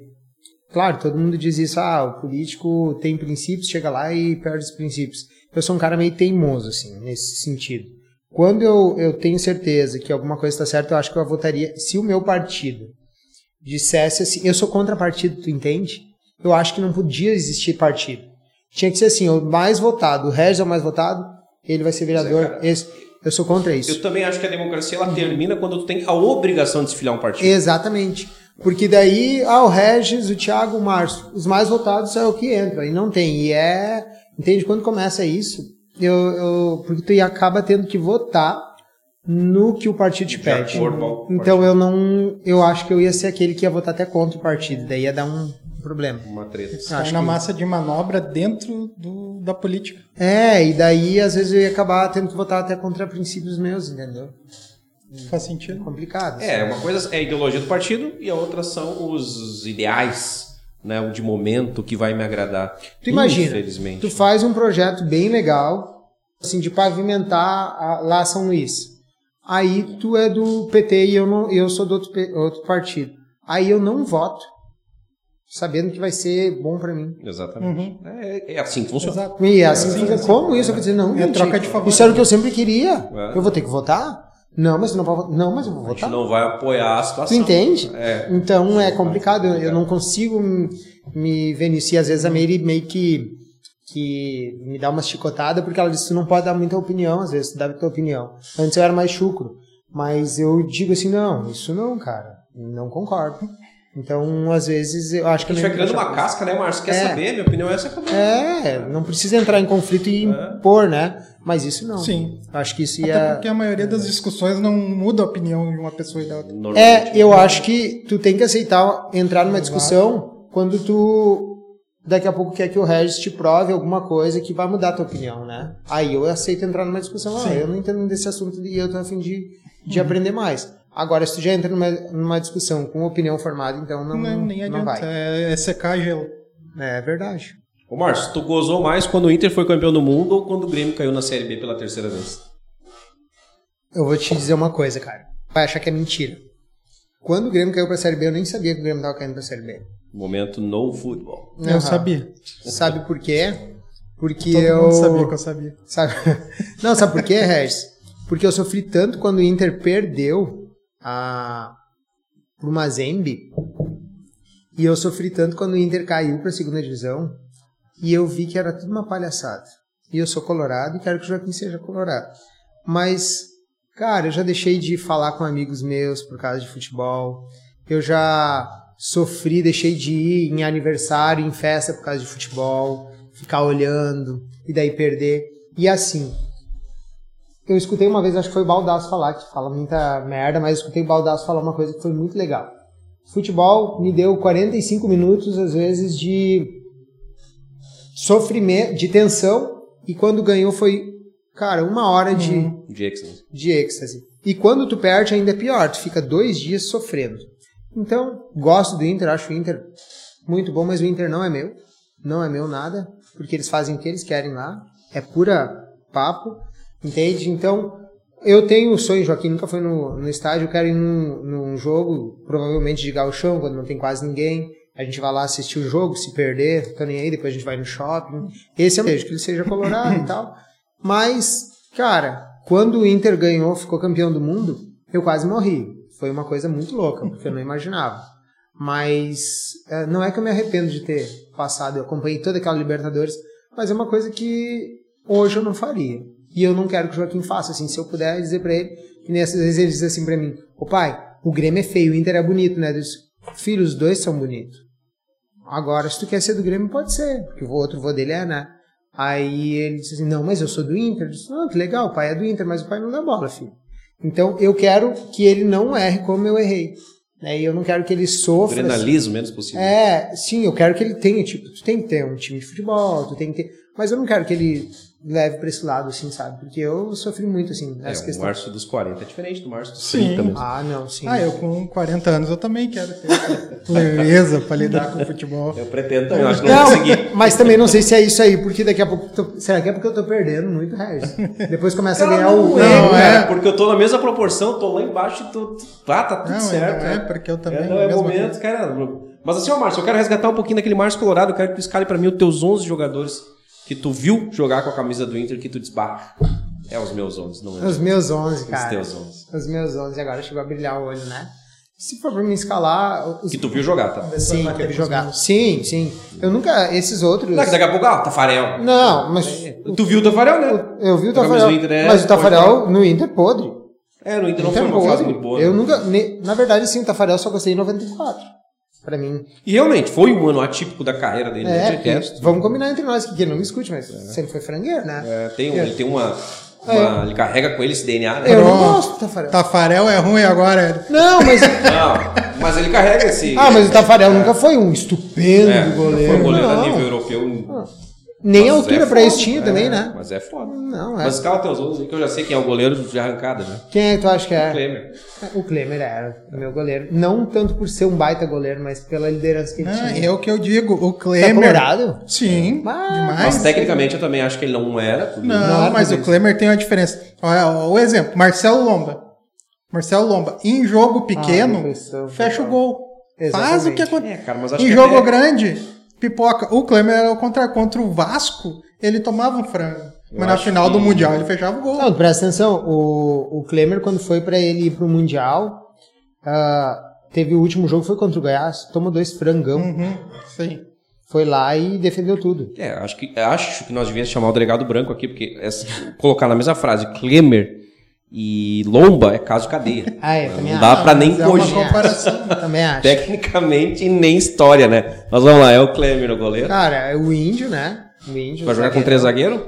S3: claro, todo mundo diz isso, ah, o político tem princípios, chega lá e perde os princípios. Eu sou um cara meio teimoso, assim, nesse sentido. Quando eu, eu tenho certeza que alguma coisa está certa, eu acho que eu votaria. Se o meu partido dissesse assim, eu sou contra partido, tu entende? Eu acho que não podia existir partido. Tinha que ser assim, o mais votado, o Regis é o mais votado, ele vai ser vereador.
S2: cara.
S3: Esse, eu sou contra isso.
S2: Eu também acho que a democracia ela termina quando tu tem a obrigação de se filiar a um partido.
S3: Exatamente. Porque daí, ah, o Regis, o Thiago, o Márcio, os mais votados é o que entra, e não tem. E é. Entende? Quando começa isso, eu, eu- porque tu acaba tendo que votar no que o partido te
S2: De
S3: pede.
S2: acordo com o
S3: Então eu não. Eu acho que eu ia ser aquele que ia votar até contra o partido, daí ia dar um problema.
S2: Uma treta.
S1: Sai
S3: Acho
S1: Tá na
S3: que-
S1: massa de manobra dentro do, da política.
S3: É, e daí às vezes eu ia acabar tendo que votar até contra princípios meus, entendeu?
S1: Faz sentido.
S3: Complicado. assim.
S2: É, uma coisa é a ideologia do partido e a outra são os ideais, né? O de momento que vai me agradar.
S3: Tu imagina,
S2: Infelizmente.
S3: Tu faz um projeto bem legal, assim, de pavimentar a- lá São Luís. Aí tu é do PT e eu, não, eu sou do outro, pe- outro partido. Aí eu não voto, sabendo que vai ser bom pra mim.
S2: Exatamente. É, é assim que funciona.
S1: Uhum. Exato.
S3: E é assim,
S1: Sim,
S3: fica,
S1: sim.
S3: como isso? Eu vou dizer, não,
S1: É
S3: gente,
S1: troca de favores.
S3: Isso era o que eu sempre queria.
S2: É.
S3: Eu vou ter que votar? Não, mas eu não vou votar. Não, mas eu vou
S2: A gente
S3: votar.
S2: não vai apoiar a situação.
S3: Tu entende?
S2: É.
S3: Então é complicado, eu, eu não consigo m- me vencer. Às vezes a Meire meio que, que me dá uma chicotada, porque ela disse: tu não pode dar muita opinião, às vezes tu dá muita opinião. Antes eu era mais chucro, mas eu digo assim: não, isso não, cara, não concordo. Então às vezes eu acho que.
S2: A gente
S3: eu
S2: vai
S3: nem
S2: criando
S3: vou
S2: uma
S3: deixar-
S2: casca, né, Márcio? Quer
S3: É.
S2: saber? Minha opinião é essa acabou.
S3: É, não precisa entrar em conflito e
S2: É.
S3: impor, né? Mas isso não.
S1: Sim.
S3: Eu Acho que isso
S1: Até
S3: ia.
S1: porque a maioria das discussões não muda a opinião de uma pessoa e da outra.
S3: É, eu acho que tu tem que aceitar entrar numa discussão quando tu daqui a pouco quer que o Regis te prove alguma coisa que vai mudar a tua opinião, né? Aí eu aceito entrar numa discussão, ah,
S1: Sim.
S3: eu não entendo desse assunto e eu tô a fim de, de aprender mais. Agora, se tu já entra numa, numa discussão com opinião formada, então não,
S1: Não,
S3: não,
S1: nem adianta.
S3: vai.
S1: É, é secar gelo.
S3: É verdade.
S2: Ô, Márcio, tu gozou mais quando o Inter foi campeão do mundo ou quando o Grêmio caiu na Série B pela terceira vez?
S3: Eu vou te dizer uma coisa, cara. Vai achar que é mentira. Quando o Grêmio caiu pra Série B, eu nem sabia que o Grêmio tava caindo pra Série B.
S2: Momento no futebol.
S1: Eu
S3: Aham.
S1: sabia.
S3: Sabe por quê? Porque
S1: Todo
S3: eu...
S1: mundo sabia que eu sabia.
S3: Sabe? [LAUGHS] Não, sabe por quê, Regis? Porque eu sofri tanto quando o Inter perdeu a... pro Mazembe. E eu sofri tanto quando o Inter caiu pra segunda divisão. E eu vi que era tudo uma palhaçada. E eu sou colorado e quero que o Joaquim seja colorado. Mas, cara, eu já deixei de falar com amigos meus por causa de futebol. Eu já sofri, deixei de ir em aniversário, em festa por causa de futebol. Ficar olhando e daí perder. E assim, eu escutei uma vez, acho que foi o Baldasso falar, que fala muita merda, mas eu escutei o Baldasso falar uma coisa que foi muito legal. Futebol me deu 45 minutos, às vezes, de sofrimento, de tensão, E quando ganhou foi, cara, uma hora de,
S2: De êxtase.
S3: de êxtase. E quando tu perde, ainda é pior, tu fica dois dias sofrendo. Então, gosto do Inter, acho o Inter muito bom, mas o Inter não é meu. Não é meu nada, porque eles fazem o que eles querem lá. É pura papo, entende? Então, eu tenho o sonho, Joaquim nunca foi no, no estádio, eu quero ir num, num jogo, provavelmente de gauchão, quando não tem quase ninguém. A gente vai lá assistir o jogo, se perder, tô nem aí, depois a gente vai no shopping. Esse é o desejo, que ele seja colorado e tal. Mas, cara, quando o Inter ganhou, ficou campeão do mundo, eu quase morri. Foi uma coisa muito louca, porque eu não imaginava. Mas eh, não é que eu me arrependo de ter passado, eu acompanhei toda aquela Libertadores, mas é uma coisa que hoje eu não faria. E eu não quero que o Joaquim faça, assim, se eu puder dizer pra ele, que nessas vezes ele diz assim pra mim, ô pai, o Grêmio é feio, o Inter é bonito, né? Eu disse, filho, os dois são bonitos. Agora, se tu quer ser do Grêmio, pode ser, porque o outro vô dele é, né? Aí ele disse assim, não, mas eu sou do Inter. Eu disse, ah, que legal, o pai é do Inter, mas o pai não dá bola, filho. Então, eu quero que ele não erre como eu errei. Né? E eu não quero que ele sofra. assim.
S2: Adrenaliza o menos possível.
S3: É, sim, eu quero que ele tenha, tipo, tu tem que ter um time de futebol, tu tem que ter. Mas eu não quero que ele leve pra esse lado, assim, sabe? Porque eu sofri muito, assim,
S2: É,
S3: nessa
S2: o
S3: questão.
S2: março dos 40 é diferente do março dos
S1: Sim.
S2: 30 mesmo.
S3: Ah, não, sim.
S1: Ah, eu com 40 anos eu também quero ter essa leveza pra lidar com o futebol.
S2: Eu pretendo também, eu acho que não,
S3: Não,
S2: vou conseguir.
S3: mas também não sei se é isso aí, porque daqui a pouco. tô- Será que é porque eu tô perdendo muito,
S1: [LAUGHS]
S3: Regis? Depois começa a ganhar o.
S1: é,
S2: Não,
S1: cara.
S2: é, porque eu tô na mesma proporção, tô lá embaixo e tô. Ah, tá tudo
S1: Não,
S2: certo.
S1: não é,
S2: né?
S1: porque eu também,
S2: É, não, é
S1: mesma
S2: momento,
S1: coisa.
S2: cara. Mas assim, ó, Márcio, eu quero resgatar um pouquinho daquele Márcio Colorado. Eu quero que tu escale pra mim os teus 11 jogadores que tu viu jogar com a camisa do Inter que tu desbarra. É os meus 11, não é?
S3: Os meus 11,
S2: os
S3: cara.
S2: teus 11.
S3: Os meus 11, agora chegou a brilhar o olho, né? Se for pra me escalar. Os...
S2: Que tu viu jogar, tá?
S3: Sim, que eu vi jogar. Sim, sim. Eu nunca. Esses outros.
S2: Não, que daqui a pouco, ah, Tafarel.
S3: Não, mas.
S2: Tu viu o Tafarel, né?
S3: o- Eu vi o
S2: A camisa
S3: Tafarel.
S2: do Inter é-
S3: Mas o Tafarel no Inter é podre.
S2: É, no Inter não
S3: Inter
S2: foi
S3: é
S2: uma fase
S3: podre.
S2: muito boa. né?
S3: Eu nunca. ne- Na verdade, sim, o Tafarel só gostei em 94. Pra mim.
S2: E realmente, foi um ano atípico da carreira dele, né?
S3: É,
S2: Eu detesto.
S3: porque- vamos combinar entre nós, que quem não me escute, mas sempre foi frangueiro, né?
S2: É, tem um- ele tem uma. uma- Ele carrega com ele esse DNA, né?
S3: É. Eu não
S1: Pronto.
S3: gosto do Tafarel.
S1: Tafarel é ruim agora.
S3: Não,
S2: [LAUGHS]
S3: mas.
S2: Não, mas ele carrega esse.
S3: ah, mas o Tafarel nunca foi um estupendo
S2: é,
S3: goleiro.
S2: Foi um goleiro a
S3: não. Ah.
S2: nível europeu.
S3: Nem
S2: Mas
S3: altura
S2: é
S3: pra
S2: foda,
S3: isso tinha
S2: é,
S3: também, né?
S2: Mas é foda.
S3: Não, é.
S2: Mas escala teus 11 aí, que eu já sei quem é o goleiro de arrancada, né?
S3: Quem é que tu acha que é?
S2: Klemer.
S3: O Klemer era o meu goleiro. Não tanto por ser um baita goleiro, mas pela liderança que ele
S1: Ah,
S3: tinha.
S1: é o que eu digo. O
S3: Tá
S1: Klemer.
S3: colorado?
S1: Sim,
S3: Ah,
S1: demais.
S2: Mas tecnicamente eu também acho que ele não era. tudo
S1: Não,
S3: Não,
S1: mas
S3: mas-
S1: o Klemer tem uma diferença. Olha, ó, o exemplo, Marcelo Lomba. Marcelo Lomba, em jogo
S3: Ah,
S1: pequeno,
S3: defensão,
S1: fecha o gol. Faz
S3: Exatamente.
S1: o que
S2: É,
S1: acontece.
S2: cara, mas acho
S1: Em
S2: que
S1: jogo
S2: até-
S1: grande, pipoca. O Klemer era o contra contra o Vasco, ele tomava um frango.
S2: Eu
S1: Mas na
S2: acho
S1: final do
S2: que-
S1: Mundial ele fechava o gol.
S3: Não, presta atenção. O, o Klemer, quando foi pra ele ir pro Mundial, ah, teve o último jogo, foi contra o Goiás, tomou dois frangão.
S2: Hum.
S1: Uhum, sim.
S3: Foi lá e defendeu tudo.
S2: É, acho que, acho que nós devíamos chamar o delegado branco aqui, porque essa- colocar na mesma frase Klemer e Lomba é caso cadeia.
S3: [LAUGHS] Ah, é, também
S2: não dá
S1: acho.
S2: pra nem
S1: Mas é uma
S2: cogitar.
S1: compara-
S2: [LAUGHS]
S1: Comparação.
S3: Também acho.
S2: Tecnicamente, nem história, né? Mas vamos lá, é o Klemer o goleiro.
S3: Cara, é o índio, né? O índio.
S2: Vai jogar com
S3: zagueiro.
S2: três zagueiros?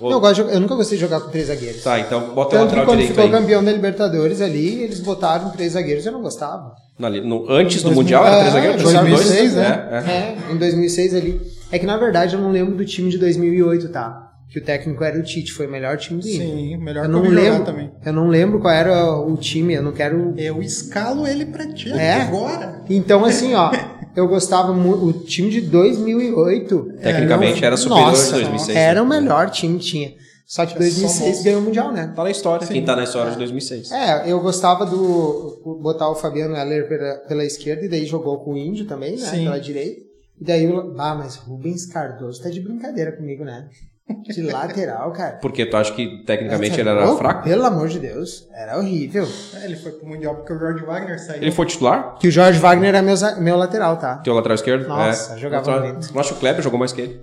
S3: Não, eu, gosto de jogar- eu nunca gostei de jogar com três zagueiros.
S2: Tá, então bota o
S3: Tanto que
S2: lateral
S3: quando
S2: direito
S3: ficou
S2: aí.
S3: campeão da Libertadores ali, eles botaram três zagueiros, eu não gostava.
S2: Na li- no- antes do
S1: Dois mil-
S2: Mundial era Ah, três
S3: É,
S2: zagueiros,
S3: jogaram
S2: dois,
S1: seis,
S2: né?
S1: né?
S2: É, é.
S3: É, em 2006 ali. É que na verdade eu não lembro do time de 2008, tá? Que o técnico era o Tite, foi o melhor time do Inter.
S1: Sim, melhor
S3: Eu
S1: que
S3: não
S1: vi jogar
S3: lembro
S1: também.
S3: Eu não lembro qual era o time, eu não quero
S1: Eu escalo ele pra ti
S3: É?
S1: agora.
S3: Então,
S2: [LAUGHS]
S3: assim, ó, eu gostava muito. O time de
S2: É,
S3: 2008.
S2: Tecnicamente,
S3: É, não-
S2: era superior ao de
S3: nossa,
S2: 2006,
S3: Era o
S2: né?
S3: melhor time que tinha. Só que
S1: Só
S3: 2006
S1: bom.
S3: ganhou o Mundial, né?
S2: Tá na história, quem tá na história de 2006.
S3: É, eu gostava do. botar o Fabiano Heller pela, pela esquerda e daí jogou com o Índio também, né?
S1: Sim.
S3: Pela direita. E daí o. Ah, mas Rubens Cardoso tá de brincadeira comigo, né? De lateral, cara.
S2: Porque tu acha que tecnicamente
S3: Tá
S2: ele era
S3: louco?
S2: fraco?
S3: Pelo amor de Deus, era horrível.
S1: É, ele foi pro Mundial porque o Jorge Wagner saiu.
S2: Ele foi titular?
S3: Que o Jorge Wagner era meu, za- meu lateral, tá?
S2: Teu lateral esquerdo?
S3: Nossa,
S2: é.
S3: jogava
S2: Lateral-
S3: muito.
S2: Eu acho que o Kleber jogou mais que ele.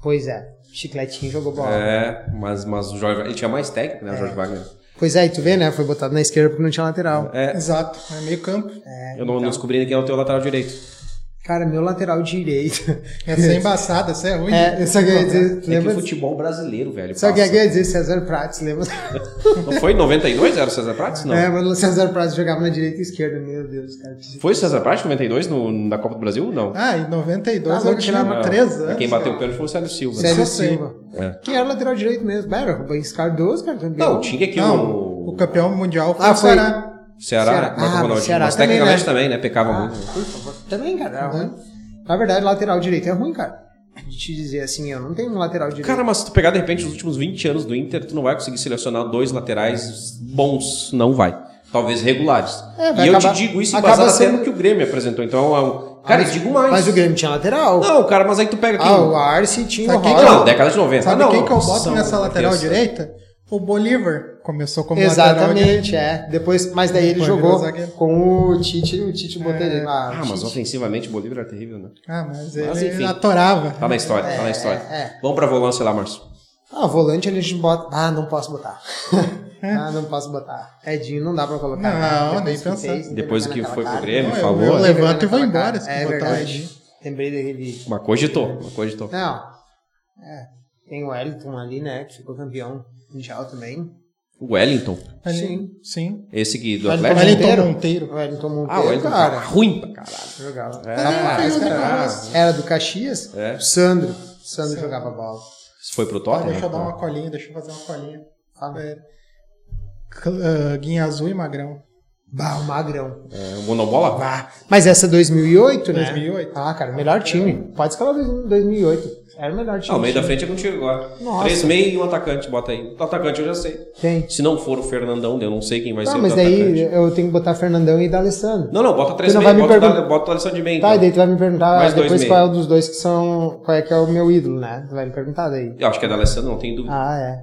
S3: Pois é, Chicletinho jogou bola.
S2: É, mas, mas o Jorge ele tinha mais técnico,
S3: É.
S2: né? O Jorge Wagner.
S3: Pois é, e tu vê, né? Foi botado na esquerda porque não tinha lateral.
S2: É,
S1: Exato, é meio campo.
S3: [LAUGHS]
S2: eu
S3: então.
S2: não, não descobri nem quem é o teu lateral direito.
S3: Cara, meu lateral direito. [LAUGHS]
S1: Essa é embaçada, essa é ruim.
S3: É, eu só queria dizer.
S2: É que o
S3: Lembra?
S2: futebol brasileiro, velho.
S3: Só é que eu
S2: passa.
S3: queria dizer César Prates, lembra?
S2: Não foi em 92? Era o César Prates? Não.
S3: É, mas o César Prates jogava na direita e esquerda, meu Deus, cara. que-
S2: Foi o César Prates em 92 no, na Copa do Brasil? Não.
S1: Ah, em 92
S3: Ah,
S1: eu
S3: vou tirar
S1: tinha
S3: uma-
S2: Não.
S1: 3 anos.
S2: É, Quem bateu o
S1: cara.
S2: pênalti foi o Célio Silva.
S1: Célio-
S3: Célio
S1: sei.
S3: Silva.
S2: É.
S3: Quem era lateral direito mesmo? Bah, Era o Rubens Cardoso, cara, campeão.
S2: Não, tinha aqui é
S1: Não,
S2: o,
S1: o campeão mundial foi
S3: Ah,
S1: o
S3: foi.
S1: Ceará.
S2: Ceará,
S3: Ceará.
S2: Marco
S3: Ah,
S2: Ronaldinho.
S3: Ceará
S2: Mas
S3: também,
S2: tecnicamente
S3: né?
S2: também, né? Pecava
S3: Ah,
S2: muito.
S3: por favor. Também,
S2: é
S3: cara, era
S1: Uhum.
S3: ruim. Na verdade, lateral direito é ruim, cara. De te dizer assim, eu não tenho um lateral direito.
S2: Cara, mas se tu pegar de repente os últimos 20 anos do Inter, tu não vai conseguir selecionar dois laterais bons, não vai. Talvez regulares.
S3: É, vai
S2: e eu
S3: acabar-
S2: te digo isso
S3: acaba
S2: embasado até
S3: sendo-
S2: no que o Grêmio apresentou. Então, é um... cara,
S3: Ah, mas-
S2: eu digo mais.
S3: Mas o Grêmio tinha lateral.
S2: Não, é cara, mas aí tu pega aqui.
S3: Ah, o Arce tinha o
S1: Sabe quem
S3: Roger.
S1: que
S2: não, é década de 90.
S1: Sabe
S2: não,
S1: quem que eu boto
S2: são-
S1: nessa lateral
S2: essa-
S1: direita? O Bolívar. Começou como lateral direito.
S3: Exatamente, é. Depois, mas daí ele
S1: Foi,
S3: jogou
S1: virou zagueiro.
S3: com o Tite, o Tite botou
S1: É.
S3: ele na.
S2: Ah, mas ofensivamente o Bolívar era terrível, né?
S1: Ah, mas ele
S2: Mas, enfim.
S1: atorava.
S2: Tá na história,
S3: É,
S2: tá na história. Vamos pra volância lá, Márcio.
S3: Ah, volante a gente bota. Ah, não posso botar. ah, não posso botar. Edinho não dá pra colocar.
S1: É?
S3: né?
S1: Não,
S3: Depois
S1: nem
S3: que
S1: pensar.
S3: fez,
S2: Depois que
S3: entregou naquela
S2: foi pro
S3: cara.
S2: Grêmio,
S1: Não, eu-
S2: falou.
S1: eu levo- Levanto e
S3: Entregou
S1: vou
S3: naquela
S1: embora,
S3: cara.
S1: se
S3: É
S1: botar o
S3: verdade.
S1: Edinho.
S3: Lembrei daquele.
S2: Mas cogitou, mas cogitou.
S3: Não. É. Tem o Wellington ali, né? Que ficou campeão mundial também.
S2: O Wellington,
S1: Ali-
S3: Sim.
S1: Sim.
S2: esse que do
S3: Mas
S1: O
S2: Atlético.
S3: ele
S1: Wellington
S3: Monteiro.
S1: Monteiro.
S3: O Wellington
S2: Ah, o
S3: Monteiro,
S2: Wellington tá
S3: cara.
S2: ruim pra caralho.
S3: Jogava.
S2: Ah,
S3: Era,
S2: esse cara-
S3: era- era do Caxias?
S2: É.
S3: O Sandro. O Sandro jogava bola.
S2: Isso foi pro
S1: Ah,
S2: Tottenham?
S1: deixa eu dar uma colinha, deixa eu fazer uma colinha.
S3: Ah,
S1: É. Cl- ah, Guinha Azul e Magrão.
S3: Bah, o Magrão.
S2: É, o Monobola?
S3: Bah. Mas essa é 2008, né?
S1: 2008.
S3: Ah, cara, melhor time. Pode escalar 2008. Era o melhor time.
S2: Não, o meio da frente é contigo agora.
S3: Nossa.
S2: Três meio e um atacante, bota aí. O atacante eu já sei.
S3: Tem.
S2: Se não for o Fernandão, eu não sei quem vai
S3: Tá,
S2: ser
S3: mas
S2: o teu
S3: daí
S2: atacante.
S3: eu tenho que botar Fernandão e D'Alessandro.
S2: Não, não, bota três
S3: Tu não
S2: meio,
S3: vai me
S2: bota, o da,
S3: perguntar.
S2: bota a lição de meio.
S3: Tá, e
S2: então.
S3: daí tu vai me perguntar
S2: Mais dois
S3: depois
S2: meio.
S3: qual é o dos dois que são. Qual é que é o meu ídolo, né? Tu vai me perguntar daí.
S2: Eu acho que é da Alessandro, não tem dúvida.
S3: Ah, é.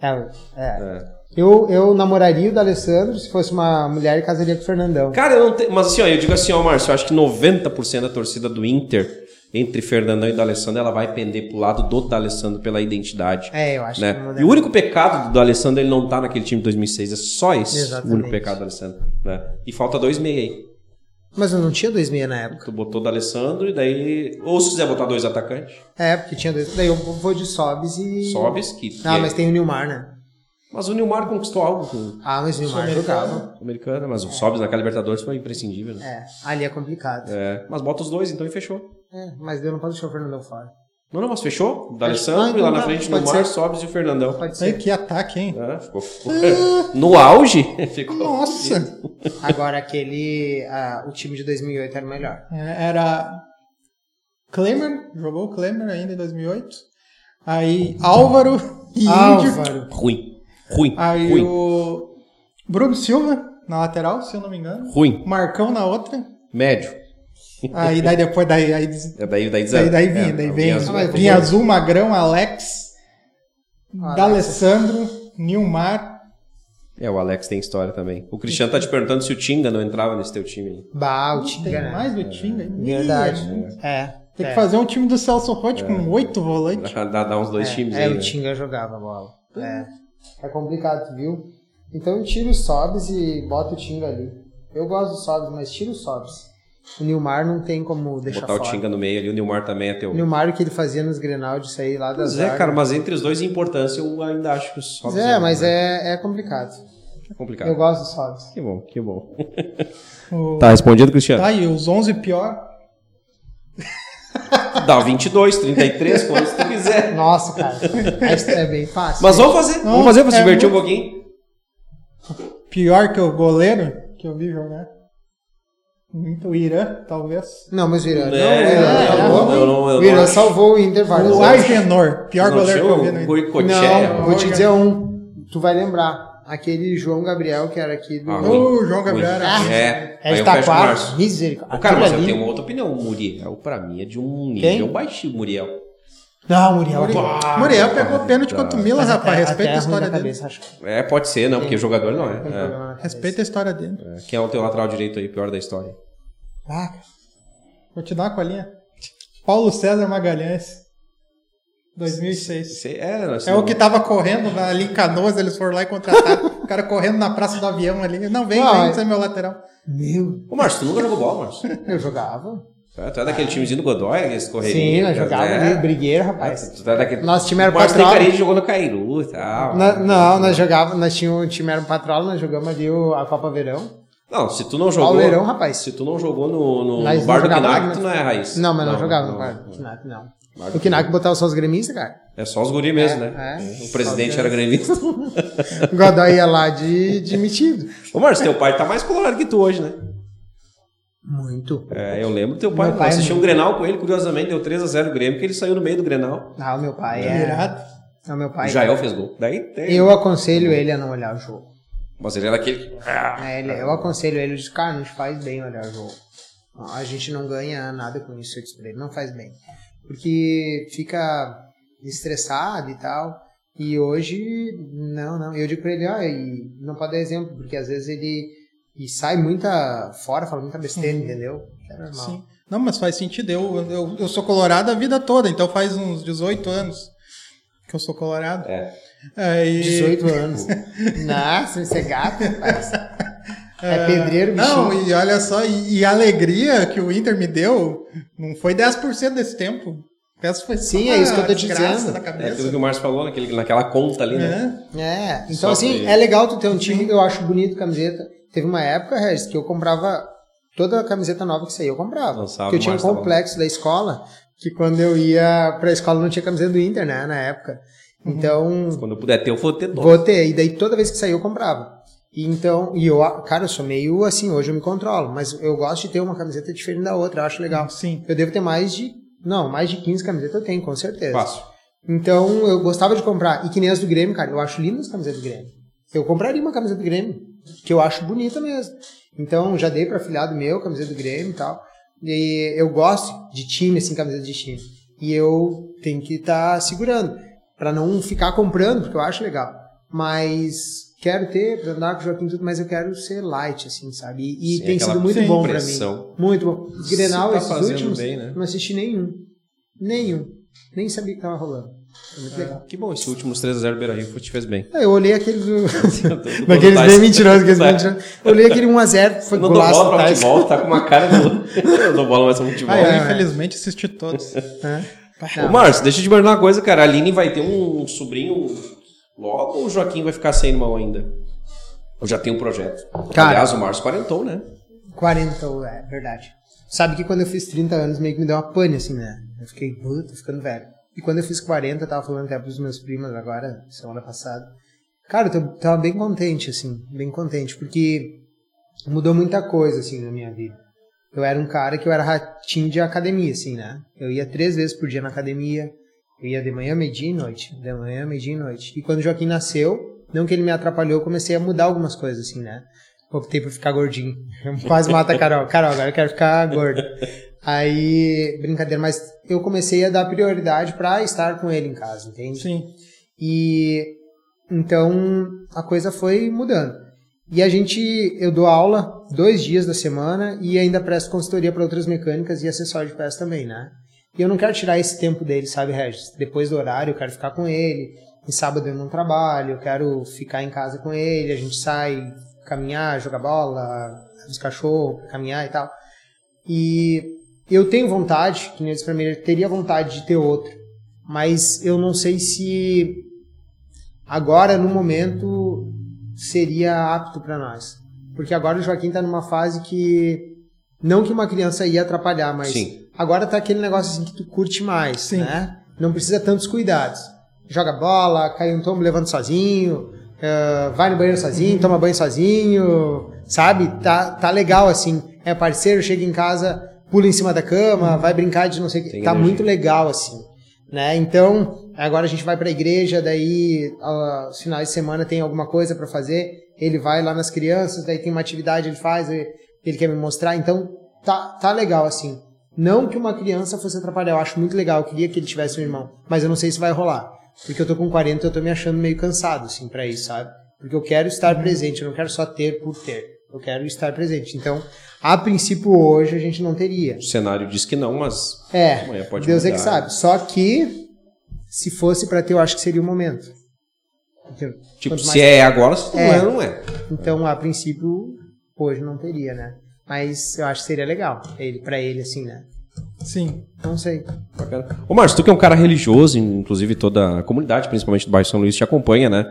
S3: É, é. Eu, eu namoraria o D'Alessandro se fosse uma mulher e casaria com o Fernandão.
S2: Cara, eu não tenho. Mas assim, ó, eu digo assim, ó, Márcio, eu acho que 90% da torcida do Inter, entre Fernandão e D'Alessandro, ela vai pender pro lado do D'Alessandro pela identidade.
S3: É, eu acho
S2: né?
S3: que não
S2: E o único pecado do D'Alessandro é ele não tá naquele time de 2006. É só esse
S3: Exatamente.
S2: o único pecado do D'Alessandro. Né? E falta dois meia aí.
S3: Mas eu não tinha 2000 na época.
S2: Tu botou o D'Alessandro e daí... Ou se quiser botar dois atacantes,
S3: É, porque tinha dois. Daí eu vou de Sobes e.
S2: Sobes, que...
S3: Ah,
S2: que-
S3: mas tem o Nilmar, né?
S2: mas o Neymar conquistou algo com
S3: Ah, mas o Nilmar
S1: Sul-Americano.
S3: jogava.
S2: o americano, mas o Sobes naquela Libertadores foi imprescindível, né?
S3: É, ali é complicado. É.
S2: É, mas bota os dois então e fechou.
S3: mas eu não posso deixar o Fernandão fora.
S2: Não, não, mas fechou? O
S3: Ah,
S2: D'Alessandro
S3: então
S2: e lá na
S3: tá,
S2: frente o
S3: pode
S2: Neymar,
S3: ser.
S2: Sobes e o Fernandão.
S3: Pode
S1: Ei,
S3: ser.
S1: que ataque, hein?
S2: Ah, ficou... no auge? [LAUGHS] ficou...
S1: Nossa!
S3: Agora aquele. ah, o time de 2008 era o melhor.
S1: É, Era Klemer, jogou o Klemer ainda em 2008. Aí Álvaro e Índio.
S3: Álvaro.
S2: Ruim. Ruim.
S1: Aí
S2: Ruim.
S1: o Bruno Silva na lateral, se eu não me engano.
S2: Ruim.
S1: Marcão na outra.
S2: Médio.
S1: Aí daí depois daí, aí,
S2: É daí, daí,
S1: daí, daí vem, Ah,
S2: é,
S1: daí
S2: o
S1: vem.
S2: Guias-
S3: mas-
S1: Vinha Azul, Magrão, Alex,
S3: Alex.
S1: D'Alessandro, Nilmar.
S2: É, o Alex tem história também. O Cristiano tá te perguntando se o Tinga não entrava nesse teu time aí.
S3: Bah, o
S1: um- Tem
S3: Tinga, né?
S1: mais do Tinga. Ih,
S3: Verdade. É.
S1: Tem que
S3: é.
S1: fazer um time do Celso Rotti com oito volantes.
S2: Dá, dá uns dois
S3: é,
S2: times
S3: é,
S2: aí,
S3: o
S2: né?
S3: Tinga jogava bola. É. É complicado, viu? Então tira o Sobs e bota o Tinga ali. Eu gosto do Sobs, mas tira o Sobs. O Nilmar não tem como deixar
S2: Botar o
S3: fora.
S2: Tinga no meio ali, o Neymar também é teu.
S3: O Nilmar, o que ele fazia nos Grenal de sair lá das
S2: Pois é, cara, mas entre os dois em importância, eu ainda acho que o Sobs né?
S3: é, mas é, é complicado.
S2: é complicado.
S3: Eu gosto do Sobs.
S2: Que bom, que bom.
S1: O-
S2: Tá respondido, Cristiano?
S1: Tá, e os 11 pior.
S2: Dá 22, 33, quantos tu quiser.
S3: Nossa,
S2: [LAUGHS]
S3: cara. Isso é bem fácil.
S2: Mas vamos fazer,
S1: Não,
S2: vamos fazer pra se
S1: é
S2: divertir um pouquinho.
S1: Pior que o goleiro que eu vi jogar. Muito Irã, talvez.
S3: Não, mas o Irã. Não,
S2: É,
S3: o Irã,
S2: não,
S3: não,
S2: eu não- eu
S3: o
S2: não
S3: Irã
S2: acho.
S3: salvou o Inter várias
S1: O
S3: vezes.
S1: Agenor, pior
S2: Não
S1: goleiro que
S2: tinha
S1: eu vi né? no
S2: o Goicoechea?
S3: Não, vou te dizer um. Tu vai lembrar. Aquele João Gabriel que era aqui do.
S2: Ah,
S1: Não, o João Gabriel era.
S2: É,
S3: É
S2: aí eu fecho com o
S3: Itaquá,
S2: Márcio.
S3: misericórdia.
S2: Ô, Cara, mas eu
S3: Aquilo
S2: tenho
S3: ali-
S2: uma outra opinião. O Muriel, pra mim, é de um nível
S3: Quem?
S2: baixinho, o Muriel.
S3: Não, Muriel.
S1: Muriel,
S2: Ah,
S1: Muriel
S2: cara,
S1: pegou pênalti
S2: tá.
S1: contra o Milan,
S3: Mas
S1: rapaz.
S3: até-
S1: Respeita a
S3: até é ruim
S1: história
S3: da
S1: dele.
S3: cabeça, acho que
S2: É, pode ser, não, porque jogador não
S3: tem
S2: é. é.
S3: problema na cabeça.
S1: Respeita a história dele.
S2: É, Quem é o teu lateral direito aí, pior da história?
S3: Ah, cara.
S1: Vou te dar uma colinha. Paulo César Magalhães. 2006.
S2: Esse- É, não, esse
S1: É
S2: não-
S1: o
S3: tá-
S1: que tava correndo na- ali em Canoas, eles foram lá e contrataram. o cara correndo na Praça do Avião ali. Não, vem,
S3: Não,
S1: vem,
S3: é-
S1: você é meu lateral.
S3: Meu,
S2: Ô, Márcio, tu nunca jogou bola, Márcio?
S3: eu jogava.
S2: É, Tu é daquele timezinho do Godoy, aqueles correrias.
S3: Ah. Sim, nós
S2: né?
S3: jogava
S2: É.
S3: ali, brigueiro,
S2: É,
S3: rapaz.
S2: tu é daquele...
S3: Nosso time era
S2: O Márcio
S3: patrola.
S2: tem carinha de jogou no Cairu e tal.
S3: Na- não, nós jogava, nós tínhamos um time era um patrola, nós jogamos ali o- a Copa Verão.
S2: Não, se tu não jogou...
S3: Pauleirão, rapaz.
S2: Se tu não jogou no, no,
S3: Nós
S2: no bar
S3: não
S2: do
S3: jogava
S2: Pinac,
S3: nada,
S2: tu não é raiz.
S3: Não, mas não, jogava
S2: não,
S3: no
S2: não.
S3: quarto, não. O Kinak botava só os gremistas, cara.
S2: É só os guri mesmo,
S3: É,
S2: né?
S3: é.
S2: O presidente era gremista.
S3: O Godoy ia lá de, de metido.
S2: Ô, Márcio, teu pai tá mais colorado que tu hoje, né?
S3: Muito.
S2: É, eu lembro teu pai.
S3: Meu pai
S2: Nós
S3: é
S2: assistiu um Grenal com ele, curiosamente, deu 3x0 o Grêmio, porque ele saiu no meio do Grenal.
S3: Ah, o meu pai é.
S1: Irado.
S3: O meu
S2: o
S3: pai. é.
S2: Jael fez gol. Daí tem.
S3: Eu aconselho ele a não olhar o jogo.
S2: Mas ele era aquele. que-
S3: É, ele-
S1: Ah.
S3: eu aconselho ele, eu disse, cara, não te faz bem olhar o jogo. A gente não ganha nada com isso, eu disse pra ele, não faz bem. Porque fica estressado e tal. E hoje, não, não. Eu digo pra ele, ó, e não pode dar exemplo, porque às vezes ele e sai muita fora, fala muita besteira, entendeu? É normal.
S1: Sim. Não, mas faz sentido. Eu, eu, eu sou colorado a vida toda, então faz uns 18 anos que eu sou colorado.
S2: É.
S1: Aí- [LAUGHS]
S3: 18 anos. Nossa, isso é gato, rapaz. É pedreiro, bicho.
S1: Não, e olha só, e, e a alegria que o Inter me deu não foi 10% desse tempo. Essa foi só
S3: Sim, é isso que eu tô
S1: uma
S3: te
S1: desgraça
S3: dizendo.
S1: Da
S2: É
S1: cabeça.
S2: aquilo que o Márcio falou naquele, naquela conta ali, né?
S1: É.
S3: É, então
S2: Só
S3: assim,
S2: que-
S3: é legal tu ter um time, eu acho bonito a camiseta. Teve uma época, Regis, que eu comprava toda a camiseta nova que saía, eu comprava.
S2: Lançava
S3: Porque eu tinha um
S2: mais, tá bom.
S3: complexo da escola, que quando eu ia pra escola não tinha camiseta do Inter, né, na época. Então,
S2: Quando eu puder ter, eu vou ter dó.
S3: vou ter, e daí toda vez que saía eu comprava. E então, e eu, a- cara, eu sou meio assim, hoje eu me controlo, mas eu gosto de ter uma camiseta diferente da outra, eu acho legal.
S1: Sim.
S3: Eu devo ter mais de, não, mais de 15 camisetas eu tenho, com certeza.
S2: Fácil.
S3: Então eu gostava de comprar. E que nem as do Grêmio, cara. Eu acho lindas as camisetas do Grêmio. Eu compraria uma camisa do Grêmio, que eu acho bonita mesmo. Então já dei para filhado meu, camiseta do Grêmio e tal. E eu gosto de time, assim, camiseta de time. E eu tenho que estar segurando, para não ficar comprando, porque eu acho legal. Mas quero ter, pra andar com o Joaquim e tudo, mas eu quero ser light, assim, sabe? E, e
S2: Sim,
S3: tem
S2: aquela
S3: sido muito bom pra mim.
S2: pressão.
S3: Muito bom. Grenal,
S2: Você tá
S3: esses
S2: fazendo
S3: últimos,
S2: bem, né?
S3: não assisti nenhum. Nenhum. Nem sabia que tava rolando. Foi muito legal. É,
S2: Que bom, esse último 3x0 Beira Rio te fez
S3: [LAUGHS]
S2: bem.
S3: Eu olhei aquele do...
S2: Quando
S3: Daqueles
S2: tá
S3: bem
S2: esse-
S3: mentirosos,
S2: [LAUGHS]
S3: aqueles
S2: Tá.
S3: bem mentirosos. Eu olhei aquele 1x0, foi
S2: Eu não dou bola
S3: golaço.
S2: pra
S3: Tá?
S2: futebol, tá com uma cara do. [LAUGHS] Eu não dou bola mais pra futebol.
S1: Ah, eu,
S3: é, é.
S1: infelizmente, assisti
S3: [LAUGHS]
S1: todos.
S3: É.
S2: Ô, Márcio, deixa eu te perguntar uma coisa, cara. A Aline vai ter um sobrinho logo ou o Joaquim vai ficar sem irmão ainda? Eu já tenho um projeto.
S3: Cara.
S2: Aliás, o Márcio quarentou, né?
S3: 40, é verdade. Sabe que quando eu fiz 30 anos, meio que me deu uma pane, assim, né? Eu fiquei, "Pô, tô ficando velho. E quando eu fiz 40, eu tava falando até pros meus primos agora, semana passada. Cara, eu tô- tava bem contente, assim, bem contente, porque mudou muita coisa, assim, na minha vida. Eu era um cara que eu era ratinho de academia, assim, né? Eu ia três vezes por dia na academia. Eu ia de manhã, meio-dia e noite. De manhã, meio-dia e noite. E quando o Joaquim nasceu, não que ele me atrapalhou, eu comecei a mudar algumas coisas, assim, né? Optei por ficar gordinho. Quase mata a Carol. Carol, agora eu quero ficar gordo. Aí, brincadeira, mas eu comecei a dar prioridade pra estar com ele em casa, entende?
S1: Sim.
S3: E então a coisa foi mudando. E a gente, eu dou aula dois dias da semana e ainda presto consultoria para outras mecânicas e acessório de peça também, né? E eu não quero tirar esse tempo dele, sabe, Regis? Depois do horário eu quero ficar com ele. Em sábado eu não trabalho, eu quero ficar em casa com ele. A gente sai caminhar, jogar bola, os cachorros, caminhar e tal. E eu tenho vontade, que nem eu disse pra mim, eu teria vontade de ter outro. Mas eu não sei se agora no momento seria apto para nós. Porque agora o Joaquim tá numa fase que não que uma criança ia atrapalhar, mas
S2: Sim.
S3: agora tá aquele negócio assim que tu curte mais,
S1: Sim.
S3: né? Não precisa tantos cuidados. Joga bola, cai um tombo levando sozinho, eh, vai no banheiro sozinho, toma banho sozinho, sabe? Tá, tá legal assim. É parceiro, chega em casa, pula em cima da cama, vai brincar de não sei o que.
S2: Tem
S3: tá
S2: energia.
S3: muito legal assim né? Então, agora a gente vai para a igreja, daí ah, os finais de semana tem alguma coisa para fazer, ele vai lá nas crianças, daí tem uma atividade ele faz, ele ele quer me mostrar, então tá tá legal assim. Não que uma criança fosse atrapalhar, eu acho muito legal, eu queria que ele tivesse um irmão, mas eu não sei se vai rolar, porque eu tô com 40, eu tô me achando meio cansado assim para isso, sabe? Porque eu quero estar
S2: Uhum.
S3: presente, eu não quero só ter por ter. Eu quero estar presente. Então, a princípio hoje a gente não teria.
S2: O cenário diz que não, mas
S3: É.
S2: amanhã pode
S3: Deus
S2: mudar. né?
S3: é que sabe. Só que se fosse pra ter, eu acho que seria o momento. Entendeu?
S2: Tipo,
S3: Quanto
S2: se é agora, se não
S3: É.
S2: é, não é.
S3: Então, a princípio, hoje não teria, né? Mas eu acho que seria legal ele para ele assim, né?
S1: Sim.
S3: Não sei.
S2: Bacana. Ô, Márcio, tu que é um cara religioso, inclusive toda a comunidade, principalmente do bairro São Luís, te acompanha, né?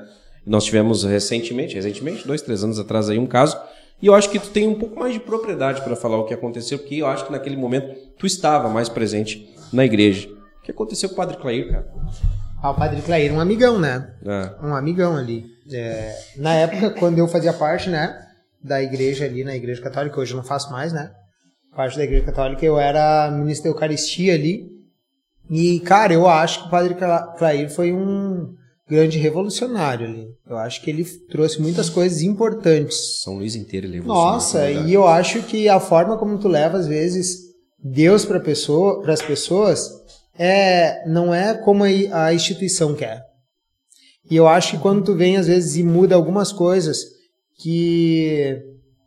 S2: Nós tivemos recentemente, recentemente, dois, três anos atrás aí, um caso. E eu acho que tu tem um pouco mais de propriedade para falar o que aconteceu, porque eu acho que naquele momento tu estava mais presente na igreja. que aconteceu com o Padre Clair, cara?
S3: Ah, o Padre Clair, um amigão, né?
S2: Ah,
S3: um amigão ali. É, na época, [LAUGHS] quando eu fazia parte, né, da igreja ali, na igreja católica, hoje eu não faço mais, né? Parte da igreja católica, eu era ministro da Eucaristia ali. E, cara, eu acho que o padre Cla- Clair foi um grande revolucionário ali. Eu acho que ele trouxe muitas coisas importantes.
S2: São Luís inteiro é levou
S3: Nossa,
S2: né?
S3: e eu acho que a forma como tu leva, às vezes, Deus para pessoa, as pessoas, é, não é como a i- a instituição quer. E eu acho que quando tu vem, às vezes, e muda algumas coisas que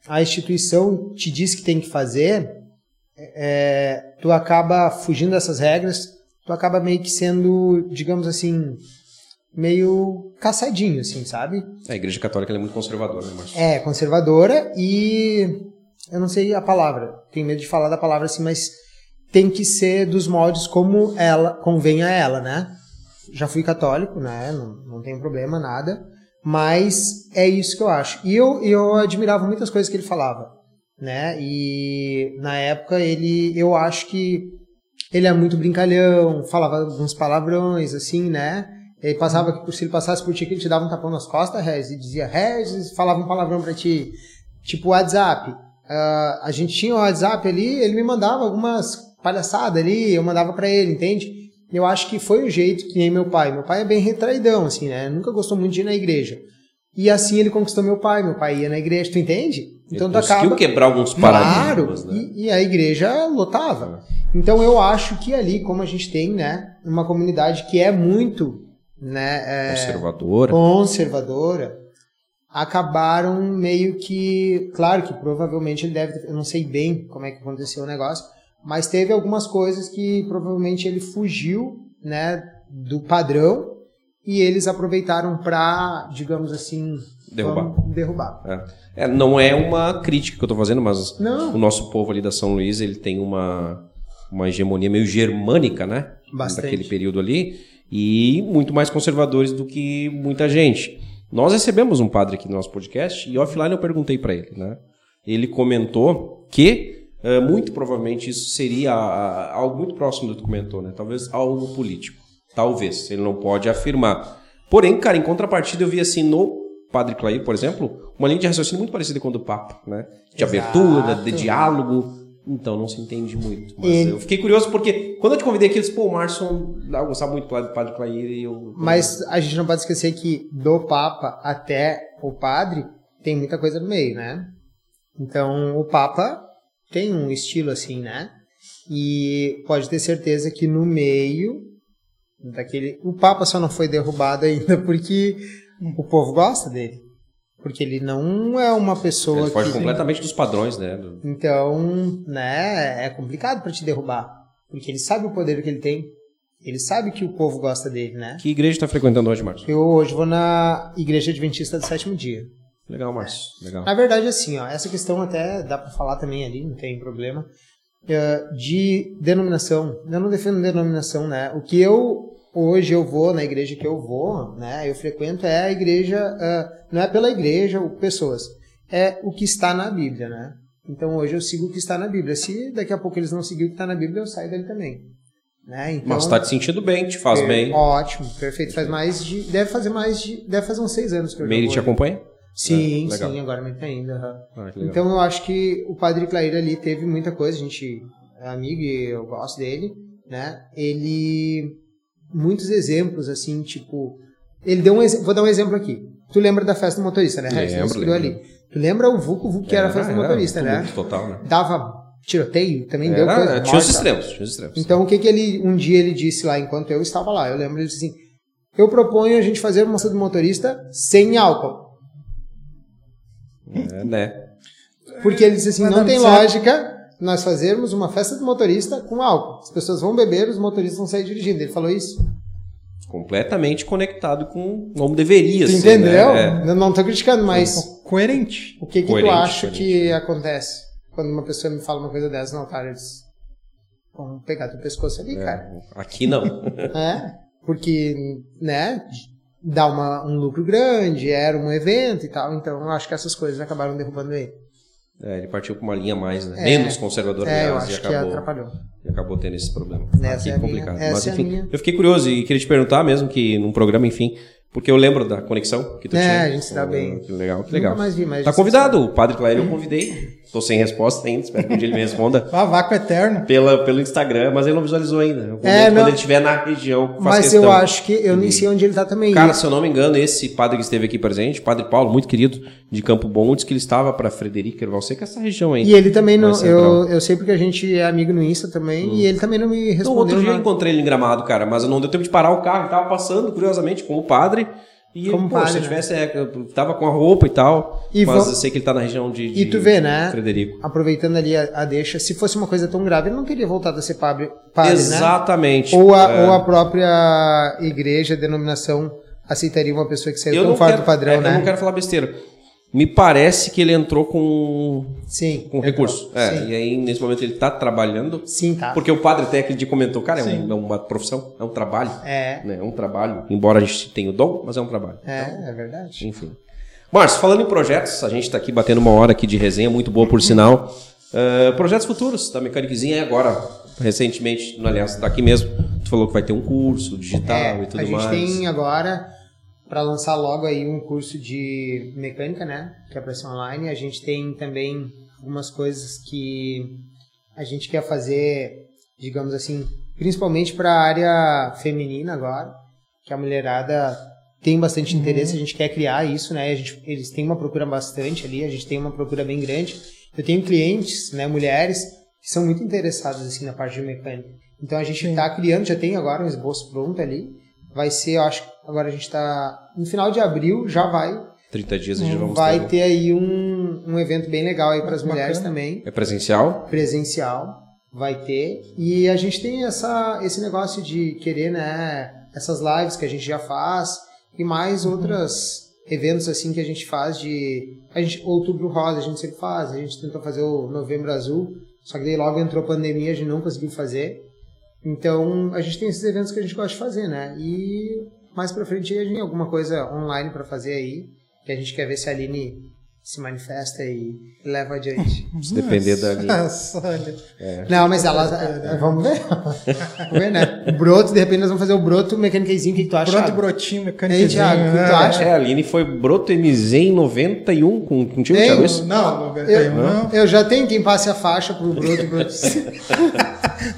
S3: a instituição te diz que tem que fazer, é, tu acaba fugindo dessas regras, tu acaba meio que sendo, digamos assim, meio caçadinho, assim, sabe?
S2: A Igreja Católica ela é muito conservadora, né, Márcio?
S3: É, conservadora e. Eu não sei a palavra, tenho medo de falar da palavra assim, mas tem que ser dos moldes como ela convém a ela, né? Já fui católico, né? Não, não tem problema, nada. Mas é isso que eu acho. E eu, eu admirava muitas coisas que ele falava, né? E na época ele, eu acho que ele é muito brincalhão, falava alguns palavrões, assim, né? Ele passava que por se ele passasse por ti, que ele te dava um tapão nas costas, Regis, e dizia Regis, falava um palavrão pra ti, tipo WhatsApp. Ah, a gente tinha o WhatsApp ali, ele me mandava algumas palhaçadas ali, eu mandava pra ele, entende? Eu acho que foi o jeito que nem meu pai. Meu pai é bem retraidão, assim, né? Nunca gostou muito de ir na igreja. E assim ele conquistou meu pai. Meu pai ia na igreja, tu entende? Então
S2: ele
S3: tu
S2: conseguiu
S3: acaba.
S2: quebrar alguns
S3: Claro,
S2: paradigmas, né? É.
S3: e, e a igreja lotava. Então eu acho que ali, como a gente tem, né, uma comunidade que é muito, né, é,
S2: Conservadora.
S3: conservadora, acabaram meio que, claro que provavelmente ele deve, ter- eu não sei bem como é que aconteceu o negócio, mas teve algumas coisas que provavelmente ele fugiu, né, do padrão e eles aproveitaram pra, digamos assim,
S2: Derrubar.
S3: vamos derrubar.
S2: É, não é uma crítica que eu tô fazendo, mas
S3: Não,
S2: o nosso povo ali da São Luís, ele tem uma, uma hegemonia meio germânica, né?
S3: Bastante.
S2: Daquele período ali. E muito mais conservadores do que muita gente. Nós recebemos um padre aqui no nosso podcast e offline eu perguntei pra ele, né? Ele comentou que eh, muito provavelmente isso seria ah, algo muito próximo do que tu comentou, né? Talvez algo político. Talvez, ele não pode afirmar. Porém, cara, em contrapartida eu vi assim no Padre Clair, por exemplo, uma linha de raciocínio muito parecida com a do Papa, né? De
S3: Exato.
S2: abertura, de diálogo. Então não se entende muito. Mas
S3: Ele-
S2: eu fiquei curioso porque quando eu te convidei aqui, eles, pô, o Márcio, ah, eu gostava muito do Padre Clair e eu. É,
S3: Mas a gente não pode esquecer que do Papa até o padre tem muita coisa no meio, né? Então o Papa tem um estilo assim, né? E pode ter certeza que no meio daquele. O Papa só não foi derrubado [LAUGHS] ainda porque o povo gosta dele. Porque ele não é uma pessoa
S2: Ele foge
S3: que.
S2: completamente dos padrões, né? Do-
S3: Então, né, é complicado pra te derrubar. Porque ele sabe o poder que ele tem. Ele sabe que o povo gosta dele, né?
S2: Que igreja tá frequentando hoje, Márcio?
S3: Eu hoje vou na Igreja Adventista do Sétimo Dia.
S2: Legal, Márcio. Legal.
S3: Na verdade, assim, ó, essa questão até dá pra falar também ali, não tem problema. eh, de denominação. Eu não defendo denominação, né? O que eu hoje eu vou na igreja que eu vou, né? Eu frequento é a igreja, eh, não é pela igreja ou pessoas, é o que está na Bíblia, né? Então hoje eu sigo o que está na Bíblia. Se daqui a pouco eles não seguirem o que está na Bíblia, eu saio dele também, né? Então,
S2: Mas tá te sentindo bem, te faz
S3: é,
S2: bem.
S3: Ótimo, perfeito. Faz mais de. Deve fazer mais de. Deve fazer uns seis anos que eu
S2: Meire
S3: jogo
S2: te
S3: hoje.
S2: acompanha?
S3: Sim,
S2: É, legal.
S3: sim, agora me ainda. aham.
S2: Ah, que legal.
S3: Então eu acho que o Padre Clair ali teve muita coisa, a gente é amigo e eu gosto dele, né? Ele muitos exemplos assim, tipo, ele deu um ex... vou dar um exemplo aqui. Tu lembra da festa do motorista, né? Regis?
S2: Lembro,
S3: Isso que deu
S2: lembro.
S3: ali. Tu lembra o Vucu Vucu que era a festa do
S2: Era
S3: motorista, né?
S2: tumulto é, Total, né?
S3: Dava tiroteio, também deu
S2: Era-
S3: coisa.
S2: tinha os
S3: morta.
S2: extremos, tinha os extremos.
S3: Então, o que, que ele um dia ele disse lá enquanto eu estava lá? Eu lembro ele disse assim: Eu proponho a gente fazer uma moça do motorista sem álcool. Então-
S2: É, né?
S3: Porque ele disse assim:
S1: Vai
S3: Não
S1: dar
S3: tem
S1: certo."
S3: lógica nós fazermos uma festa do motorista com álcool. As pessoas vão beber, os motoristas vão sair dirigindo. Ele falou isso.
S2: Completamente conectado com como deveria
S3: Tu
S2: ser.
S3: entendeu?
S2: né? É.
S3: Eu Não estou criticando, mas
S1: Coerente.
S3: o que, que tu
S2: Coerente,
S3: acha
S2: coerente,
S3: que acontece quando uma pessoa me fala uma coisa dessa? Não, cara, eles vão pegar teu pescoço
S2: É.
S3: ali, cara.
S2: Aqui não. [LAUGHS]
S3: né? Porque, né, dá uma, um lucro grande, era um evento e tal, então eu acho que essas coisas acabaram derrubando ele.
S2: É, ele partiu para uma linha mais, né?
S3: É.
S2: menos conservadora,
S3: É, eu
S2: aliás, e
S3: acho que
S2: acabou,
S3: atrapalhou.
S2: e acabou tendo esse problema. Ah,
S3: Essa
S2: que
S3: é a
S2: complicado.
S3: minha-
S2: Mas
S3: essa é a
S2: enfim,
S3: minha.
S2: eu fiquei curioso e queria te perguntar mesmo que num programa, enfim, porque eu lembro da conexão que tu
S3: É,
S2: tinha.
S3: a gente se dá
S2: Oh,
S3: bem.
S2: Que legal, que
S3: Nunca
S2: legal.
S3: mais vi, mas é
S2: Tá convidado, o Padre Clair eu convidei. Tô sem resposta ainda, espero que um dia ele me responda.
S1: Ah, vácuo eterno.
S2: Pela, pelo Instagram, mas ele não visualizou ainda. Eu vou
S3: É,
S2: ver
S3: não.
S2: Quando ele estiver na região, faço
S3: Mas
S2: questão.
S3: eu acho que eu nem sei onde ele tá também.
S2: Cara, se eu não me engano, esse padre que esteve aqui presente, Padre Paulo, muito querido, de Campo Bom, disse que ele estava para Frederico Erval Seca, essa região aí.
S3: e ele também não.
S2: Mais central.
S3: Eu, eu sei porque a gente é amigo no Insta também. E ele também não me
S2: Então, Hum. outro
S3: respondeu.
S2: dia eu
S3: nada.
S2: encontrei ele em Gramado, cara, mas não deu tempo de parar o carro, ele tava passando, curiosamente, como padre. E ele,
S3: Como
S2: pô,
S3: padre,
S2: se eu
S3: né?
S2: tivesse, é, eu tava com a roupa e tal,
S3: E
S2: mas
S3: vam-
S2: eu sei que ele tá na região de,
S3: E
S2: de-
S3: tu vê,
S2: de
S3: né?
S2: Frederico.
S3: Aproveitando ali a, a deixa, se fosse uma coisa tão grave, ele não teria voltado a ser padre, padre né?
S2: Exatamente.
S3: Ou a,
S2: É.
S3: ou a própria igreja, denominação, aceitaria uma pessoa que saiu
S2: eu
S3: tão
S2: não
S3: fora
S2: quero,
S3: do padrão,
S2: é,
S3: né?
S2: Eu não quero falar besteira. Me parece que ele entrou com,
S3: Sim.
S2: com recurso. É,
S3: Sim.
S2: e aí, nesse momento, ele tá trabalhando.
S3: Sim, tá.
S2: Porque o padre até aquele dia comentou, cara, é, um-
S1: Sim.
S2: é uma profissão, é um trabalho.
S3: É,
S2: né? É um trabalho, embora a gente tenha o dom, mas é um trabalho.
S3: é, é verdade.
S2: Enfim. Márcio, falando em projetos, a gente está aqui batendo uma hora aqui de resenha, muito boa por sinal. Ah, projetos futuros da Mecânicazinha é agora, recentemente, no- aliás, está aqui mesmo. Tu falou que vai ter um curso digital
S3: É,
S2: e tudo
S3: a gente
S2: mais.
S3: tem agora para lançar logo aí um curso de mecânica, né? Que é para ser online. A gente tem também algumas coisas que a gente quer fazer, digamos assim, principalmente para a área feminina agora, que a mulherada tem bastante
S2: Uhum.
S3: interesse. A gente quer criar isso, né? A gente, eles têm uma procura bastante ali. A gente tem uma procura bem grande. Eu tenho clientes, né? Mulheres que são muito interessadas assim na parte de mecânica. Então a gente
S1: Sim.
S3: está criando, já tem agora um esboço pronto ali. Vai ser, eu acho, que agora a gente está no final de abril, já vai,
S2: 30 dias a gente vamos
S3: vai
S2: ter.
S3: ter aí um, um evento bem legal aí para as
S1: Bacana.
S3: mulheres também,
S2: É presencial?
S3: presencial, vai ter. E a gente tem essa esse negócio de querer, né, essas lives que a gente já faz e mais outras eventos assim que a gente faz de a gente outubro rosa, a gente sempre faz, a gente tentou fazer o novembro azul, só que daí logo entrou a pandemia, a gente não conseguiu fazer. Então, a gente tem esses eventos que a gente gosta de fazer, né? E mais pra frente a gente tem alguma coisa online pra fazer aí, que a gente quer ver se a Aline se manifesta e leva adiante.
S2: Se depender da linha.
S1: Nossa, olha.
S3: Não, mas ela. eh, [LAUGHS] Vamos ver. vamos ver, né? O broto, de repente nós vamos fazer o broto mecânicazinho. O que que tu acha?
S1: Broto,
S3: Thiago?
S1: brotinho,
S3: Ei,
S1: mecânico.
S3: Thiago, o que tu acha?
S2: É, a Aline foi Broto MZ em 91 com, contigo,
S3: Ei,
S2: Thiago? Isso?
S1: É. Não,
S3: Eu,
S1: 91 não.
S3: eu já tenho quem passe a faixa pro broto. broto.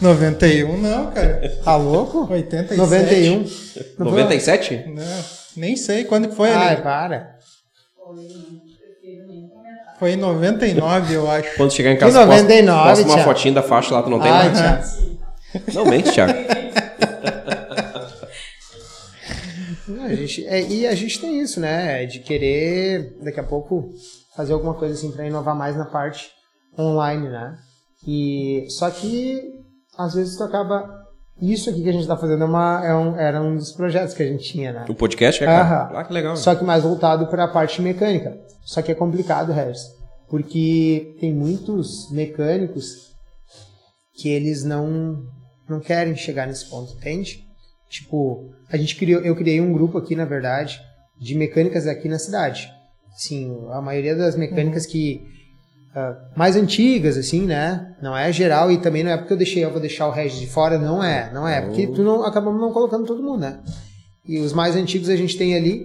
S1: 91 não, cara.
S3: [LAUGHS] tá louco?
S1: 87.
S3: 91. Não foi?
S2: 97?
S1: Não, nem sei quando que foi ali.
S3: Ai, para.
S1: Foi em 99, eu acho.
S2: Quando chegar em casa,
S3: Em
S2: posta-
S3: 99,
S2: posta uma
S3: Thiago.
S2: fotinha da faixa lá, tu não tem
S3: Ai,
S2: mais.
S3: Thiago.
S2: Não mente, Thiago.
S3: Não, a gente, é, e a gente tem isso, né? De querer, daqui a pouco, fazer alguma coisa assim para inovar mais na parte online, né? E, só que, às vezes, tu acaba. Isso aqui que a gente tá fazendo é uma, é um, era um dos projetos que a gente tinha, né?
S2: O podcast é, cara.
S3: Aham.
S2: Ah, que legal.
S3: Só que mais voltado para a parte mecânica. Só que é complicado, Harris, porque tem muitos mecânicos que eles não não querem chegar nesse ponto, entende? Tipo, a gente criou, eu criei um grupo aqui, na verdade, de mecânicas aqui na cidade. Sim, a maioria das mecânicas que ah, mais antigas, assim, né? Não é geral e também não é porque eu deixei, eu vou deixar o Regis de fora, não é, não é, porque tu não acabamos não colocando todo mundo, né? E os mais antigos a gente tem ali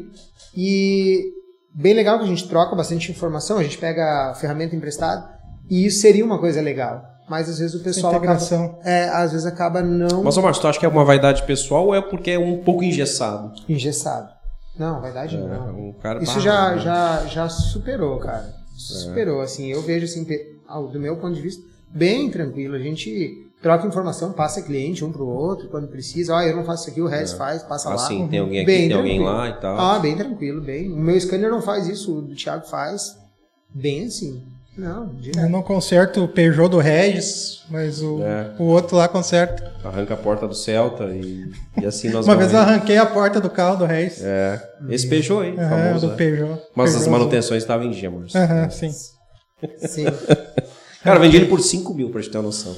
S3: e bem legal que a gente troca bastante informação, a gente pega a ferramenta emprestada e isso seria uma coisa legal. Mas às vezes o pessoal acaba,
S1: Integração.
S3: é, às vezes acaba não
S2: Mas, ô Márcio, tu acha que é uma vaidade pessoal ou é porque é um pouco engessado?
S3: engessado. Não, verdade não.
S2: um cara,
S3: É. Isso
S2: bah,
S3: já,
S2: né? É.
S3: já, já superou, cara. Isso Superou, assim, eu vejo assim, pe- ao- do meu ponto de vista, bem tranquilo. A gente troca informação, passa cliente um pro outro quando precisa. Ah, eu não faço isso aqui, o Regis faz, passa tá lá.
S2: É. Assim, tem alguém aqui,
S3: Bem
S2: tem alguém
S3: tranquilo.
S2: lá e tal.
S3: Ah, bem tranquilo, bem. O meu scanner não faz isso, o do Thiago faz. Bem assim. Não,
S1: Eu
S3: direto.
S1: não conserto o Peugeot do Regis, mas o,
S2: É.
S1: o outro lá conserta.
S2: Arranca a porta do Celta e, e assim nós
S1: Uma
S2: vamos.
S1: vez eu arranquei a porta do carro do Regis. É,
S2: Esse Peugeot
S3: É,
S2: aí, famoso.
S1: do
S2: né?
S1: Peugeot.
S2: Mas
S1: Peugeot
S2: as
S1: azul.
S2: manutenções estavam em dia, Márcio.
S1: Aham, sim.
S3: Sim.
S2: Cara, eu vendi ele por 5 mil, pra gente ter uma noção.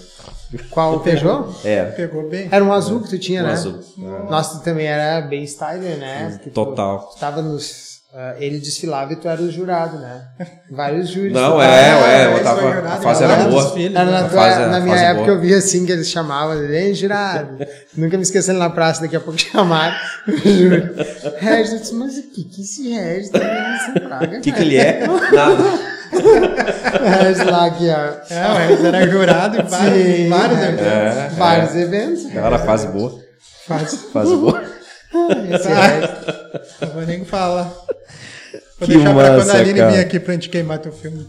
S3: Qual o Peugeot?
S2: É,
S1: Pegou bem.
S3: Era um azul que tu tinha,
S2: um
S3: né?
S2: azul.
S3: Nossa, tu também era bem styler, né? Que tu
S2: Total.
S3: Tava nos ah, ele desfilava e tu era o jurado, né? Vários júris.
S2: Não,
S3: tu
S2: é,
S3: tava-
S2: é,
S3: Ah,
S2: eu
S3: esse
S2: tava-
S3: foi
S2: a
S3: jurado,
S2: fase
S3: eu
S2: era
S3: era
S2: boa.
S3: dos filhos.
S2: A
S3: Era na, tua-
S2: fase-
S3: na
S2: a
S3: minha
S2: fase
S3: época
S2: boa.
S3: eu via assim que eles chamavam, ele é jurado. Nunca me esquecendo na praça, daqui a pouco [LAUGHS] chamaram, juro. Regis, eu disse, mas o que que esse Regis tá fazendo nessa praga,
S2: O que, que
S3: cara?"
S2: ele é? Nada.
S3: [LAUGHS] Regis lá aqui, ó.
S1: É, mas era jurado em vários,
S3: Sim,
S1: em vários
S3: é.
S1: eventos.
S2: É, Tá.
S3: Vários eventos.
S2: Cara, fase boa.
S3: Faz.
S2: Fase boa.
S3: Esse Regis.
S1: Não vou nem falar. Vou
S2: Que
S1: deixar pra quando
S2: massa,
S1: a Aline
S2: cara.
S1: vir aqui pra gente queimar teu filme.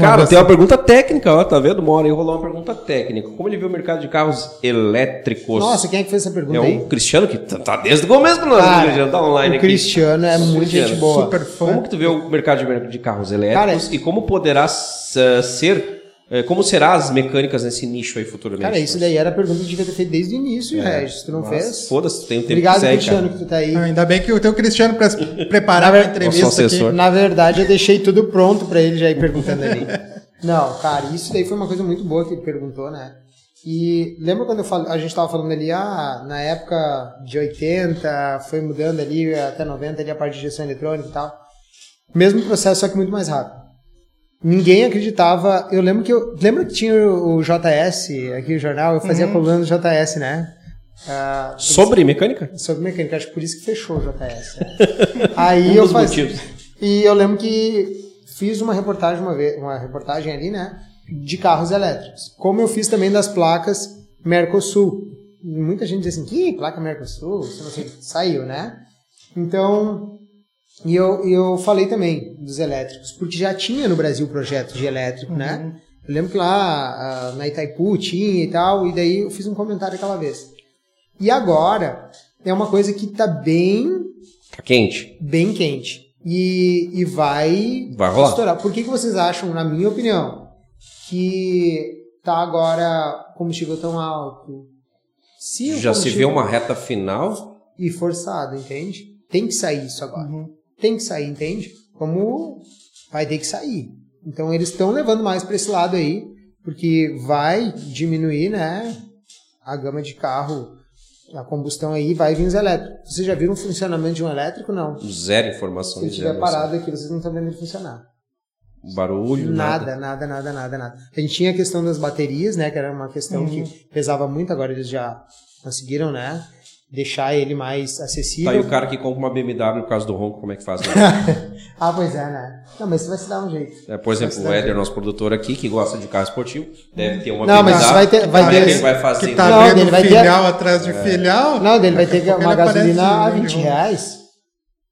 S2: Cara, tem uma pergunta técnica, ó, tá vendo? Uma hora aí rolou uma pergunta técnica. Como ele viu o mercado de carros elétricos?
S3: Nossa, quem é que fez essa pergunta
S2: é
S3: aí?
S2: o Cristiano que tá tá desde o começo com nós, né,
S3: Cara,
S2: Cristiano tá online
S3: O
S2: aqui.
S3: Cristiano é muito
S2: Cristiano,
S3: gente boa.
S1: super fã.
S2: Como que tu vê o mercado de mer- de carros elétricos
S3: Cara,
S2: e como poderá eh, ser, eh, como será as mecânicas nesse nicho aí futuramente? É,
S3: Cara, isso daí era a pergunta que devia ter feito desde o início, Regis. Tu não
S2: Mas
S3: fez?
S2: Foda-se, tu tem um tempo
S3: Obrigado,
S2: que segue,
S3: Cristiano,
S2: cara.
S3: que tu tá aí.
S1: Ah, Ainda bem que o teu Cristiano pra preparar a
S2: Nosso
S1: entrevista aqui.
S2: assessor.
S3: Na verdade, eu deixei tudo pronto pra ele já ir perguntando ali. [LAUGHS] Não, cara, isso daí foi uma coisa muito boa que ele perguntou, né? E lembra quando eu fal- a gente tava falando ali, ah, na época de 80, foi mudando ali até 90 ali a parte de gestão eletrônica e tal. Mesmo processo, só que muito mais rápido. Ninguém acreditava. Eu lembro que eu. Lembra que tinha o o JS aqui no jornal? Eu fazia coluna do JS, né? Ah,
S2: Sobre mecânica?
S3: [LAUGHS] sobre mecânica, acho é que por isso que fechou o JS. né? [LAUGHS] Aí
S2: Um
S3: eu
S2: dos
S3: fazia.
S2: motivos.
S3: E eu lembro que fiz uma reportagem uma vez, uma reportagem ali, né, de carros elétricos. Como eu fiz também das placas Mercosul. Muita gente diz assim, que placa Mercosul, Isso não sei, saiu, né? Então, e eu, e eu falei também dos elétricos, porque já tinha no Brasil projeto de elétrico, né? Eu lembro que lá ah, na Itaipu tinha e tal, e daí eu fiz um comentário aquela vez. E agora é uma coisa que tá bem,
S2: Tá quente.
S3: bem quente. E, e vai,
S2: Vai rolar.
S3: estourar. Por que, que vocês acham, na minha opinião, que tá agora combustível tão alto? Se o
S2: Já se vê
S3: combustível-
S2: uma reta final.
S3: E forçado, entende? Tem que sair isso agora.
S1: Uhum.
S3: Tem que sair, entende? Como vai ter que sair. Então eles estão levando mais para esse lado aí, porque vai diminuir, né? A gama de carro, a combustão aí, vai vir os elétricos. Vocês já viram o funcionamento de um elétrico? Não.
S2: Zero informação.
S3: Se ele
S2: zero
S3: estiver parado aqui, vocês não estão vendo ele funcionar.
S2: noção. Barulho, nada.
S3: Nada, nada, nada, nada, nada. A gente tinha a questão das baterias, né? Que era uma questão que pesava muito, agora eles já conseguiram, né? Deixar ele mais
S2: Tá
S3: acessível.
S2: aí o cara que compra uma BMW por causa do ronco, como é que
S3: [LAUGHS]
S2: faz? Né?
S3: Ah, pois é, né? Não, mas você vai se dar um jeito.
S2: É, por exemplo, o Éder, nosso produtor aqui, que gosta de carro esportivo, deve ter uma
S3: Não, mas
S2: BMW.
S3: vai ter- vai
S2: Como é
S3: ter-
S2: que ele vai fazer?
S1: Que tá
S3: Não,
S1: vendo
S3: ele vai ter-
S1: filial atrás de filial.
S3: Não, ele vai ter
S1: Daqui a pouco
S3: uma
S1: ele aparece
S3: gasolina a
S1: no
S3: 20
S1: jogo.
S3: reais.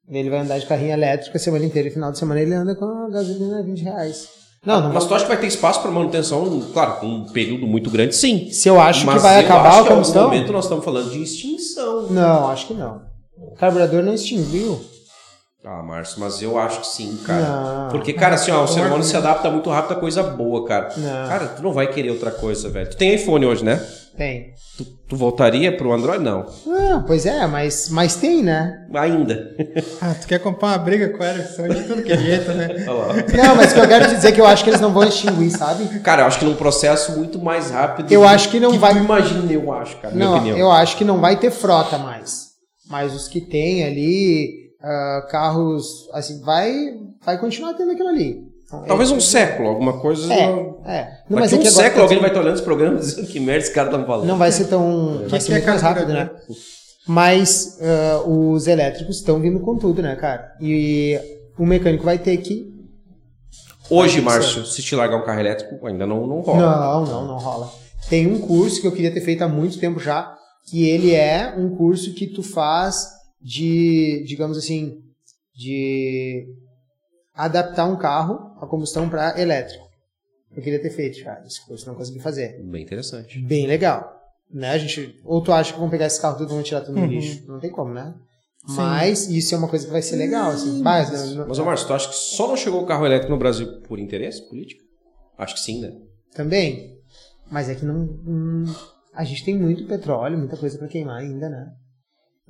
S3: Ele vai andar de carrinho elétrico a semana inteira e final de semana ele anda com a gasolina a 20 reais. Não, não
S2: Mas tu acha que vai ter espaço para manutenção? Claro, com um período muito grande, sim.
S3: Se eu acho
S2: Mas
S3: que vai
S2: eu acho
S3: acabar a
S2: que em algum
S3: combustão.
S2: momento nós estamos falando de extinção.
S3: Não, acho que não. O carburador não extinguiu.
S2: Ah, Márcio, mas eu acho que sim, cara.
S3: Não.
S2: Porque, cara, assim, ó, o ser humano se adapta muito rápido a coisa boa, cara.
S3: Não.
S2: Cara, tu não vai querer outra coisa, velho. Tu tem iPhone hoje, né?
S3: Tem.
S2: Tu, tu voltaria pro Android? Não.
S3: Ah, pois é, mas, mas tem, né?
S2: Ainda. [LAUGHS]
S1: Ah, tu quer comprar uma briga com o Erickson de tudo que é jeito, né?
S2: Olha lá.
S3: Não, mas o que eu quero te dizer é que eu acho que eles não vão extinguir, sabe?
S2: Cara, eu acho que num processo muito mais rápido.
S3: Eu acho que não vai-
S2: Tu imagina, eu acho, cara. Minha
S3: Não,
S2: opinião.
S3: eu acho que não vai ter frota mais. Mas os que tem ali, ah, carros, assim, vai, vai continuar tendo aquilo ali.
S2: Talvez um século, alguma coisa.
S3: É,
S2: não-
S3: é. Não, mas
S2: Daqui
S3: é
S2: um
S3: que agora
S2: século alguém vai
S3: tá
S2: estar olhando esse programa dizendo [LAUGHS] que merda esse cara tá falando.
S3: tudo- Não vai ser tão. Vai
S1: que
S3: ser
S1: é
S3: muito mais rápido,
S1: carburador,
S3: né? Mas ah, os elétricos estão vindo com tudo, né, cara? E o mecânico vai ter que.
S2: Hoje,
S3: Vai ser.
S2: Márcio, se te largar um carro elétrico, ainda não, não rola.
S3: Não, não, não rola. Tem um curso que eu queria ter feito há muito tempo já, que ele é um curso que tu faz de, digamos assim, de adaptar um carro a combustão para elétrico. Eu queria ter feito já esse curso, não consegui fazer.
S2: Bem interessante.
S3: Bem legal. Né, a gente, ou tu acha que vão pegar esse carro tudo e vão tirar tudo no
S1: Uhum.
S3: lixo? Não tem como, né?
S1: Sim.
S3: Mas isso é uma coisa que vai ser legal, assim. Mas, não- não-
S2: Mas, ô Márcio, tu acha que só não chegou o carro elétrico no Brasil por interesse político? Acho que sim, né?
S3: também. Mas é que não. hum, a gente tem muito petróleo, muita coisa pra queimar ainda, né?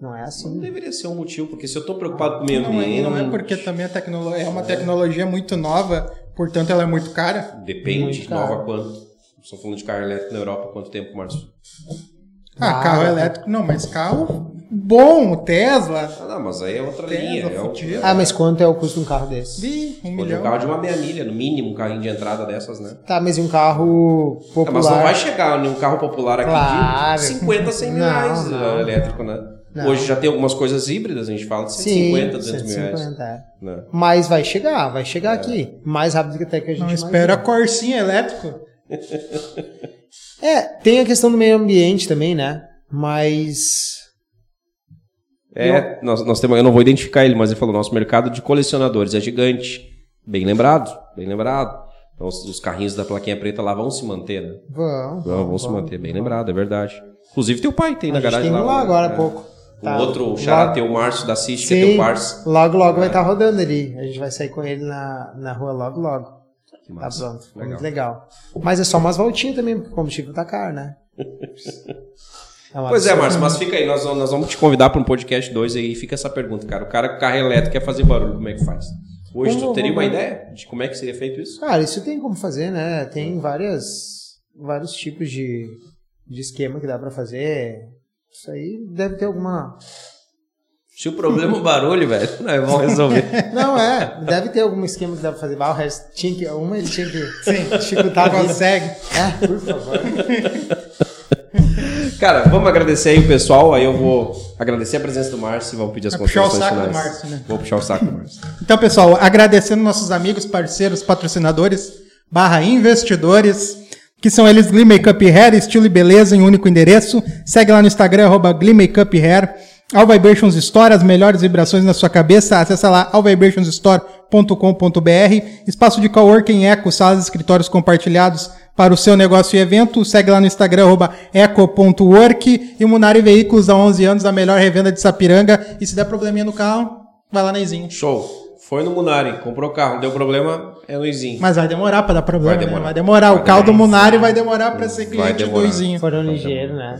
S3: Não é
S2: Não
S3: assim.
S2: deveria ser um motivo, porque se eu tô preocupado com o meio
S1: Não é,
S2: ambiente.
S1: não é porque
S3: tá
S1: também a tecnologia é uma tecnologia muito nova, portanto ela é muito cara.
S2: Depende,
S3: Muito caro.
S2: nova quanto. Estou falando de carro elétrico na Europa, quanto tempo, Márcio?
S1: Ah,
S3: Ah,
S1: carro
S3: tá.
S1: elétrico não, mas carro bom, o Tesla.
S2: Ah, não, mas aí é outra
S1: Tesla,
S2: linha. É o,
S1: fudido.
S2: é
S3: Ah, mas quanto é o custo de um carro desse?
S1: Ih, um
S2: um
S1: milhão.
S2: carro de uma meia milha, no mínimo, um carrinho de entrada dessas, né?
S3: Tá, mas e um
S2: Ah,
S3: carro
S2: Mas não
S3: popular?
S2: vai chegar num carro popular aqui
S3: Claro.
S2: de 50, 100 mil
S3: Não,
S2: reais
S3: não.
S2: eh, elétrico, né?
S3: Não.
S2: Hoje já tem algumas coisas híbridas, a gente fala de 150, 200 mil reais. É.
S3: 150, é.
S2: Né?
S3: Mas vai chegar, vai chegar aqui. Mais rápido que até que a gente
S1: Não
S3: imagina.
S1: espera a corsinha elétrica.
S3: É, tem a questão do meio ambiente também, né? Mas.
S2: É, nós, nós temos, eu não vou identificar ele, mas ele falou, nosso mercado de colecionadores é gigante. Bem lembrado, bem lembrado. Então, os, os carrinhos da plaquinha preta lá vão se manter, né?
S3: Vão.
S2: Vão, vão se manter, bem lembrado, é verdade. Inclusive teu pai tem
S3: A
S2: na
S3: gente
S2: garagem
S3: tem um lá
S2: né?
S3: agora há
S2: É.
S3: pouco.
S2: O
S3: Tá.
S2: outro, o
S3: Lá-
S2: xará teu, Márcio da Cis, que é
S3: Sim,
S2: teu parceiro.
S3: Logo, logo vai estar rodando ali. A gente vai sair com ele na, na rua logo, logo.
S2: Que
S3: Tá
S2: massa.
S3: pronto. Ficou
S2: Legal.
S3: muito legal. Mas é só umas voltinhas também, porque o combustível tá caro,
S2: [LAUGHS]
S3: né? É uma
S2: Pois é,
S3: absurda.
S2: Márcio, mas fica aí, nós, vamos- nós vamos te convidar para um podcast 2 aí e fica essa pergunta, cara. O cara com carro elétrico quer fazer barulho, como é que faz? Hoje
S3: Como-
S2: tu teria uma
S3: como-
S2: ideia de como é que seria feito isso?
S3: Cara, isso tem como fazer, né? Tem várias, vários tipos de, de esquema que dá pra fazer. Isso aí deve ter alguma.
S2: Se o problema é o barulho, velho, [LAUGHS] nós vamos
S1: [LAUGHS]
S2: resolver.
S3: Não, é. Deve ter algum esquema que dá pra fazer. Ah, o resto tinha que. Uma ele tinha que.
S1: Sim.
S3: Dificultar
S1: Tá,
S3: a vida.
S1: consegue.
S3: É, por favor.
S2: Cara, vamos agradecer aí o pessoal, aí eu vou agradecer a presença do Márcio e vamos pedir as
S1: Vai puxar o
S2: considerações
S1: saco do
S2: finais.
S1: Márcio, né?
S2: Vou puxar o saco do Márcio.
S1: Então, pessoal, agradecendo nossos amigos, parceiros, patrocinadores, barra investidores, que são eles Glee Makeup Hair, estilo e beleza em um único endereço. Segue lá no Instagram, arroba Glee Makeup Hair. All Vibrations Store, as melhores vibrações na sua cabeça. Acesse lá allvibrationsstore.com.br. Espaço de coworking eco, salas e escritórios compartilhados para o seu negócio e evento. Segue lá no Instagram, arroba eco.work. E Munari Veículos, há 11 anos, a melhor revenda de Sapiranga. E se der probleminha no carro, vai lá na Izinho.
S2: Show. Foi no Munari, comprou o carro, deu problema, é Luizinho.
S1: Mas vai demorar pra dar problema, vai
S2: Vai demorar.
S1: demorar. Vai demorar.
S2: Vai
S1: o caldo
S2: demorar.
S1: Munari vai demorar pra ser
S2: Vai
S1: cliente do
S2: demorar.
S1: Izinho.
S3: Foram ligeiro, [LAUGHS] né?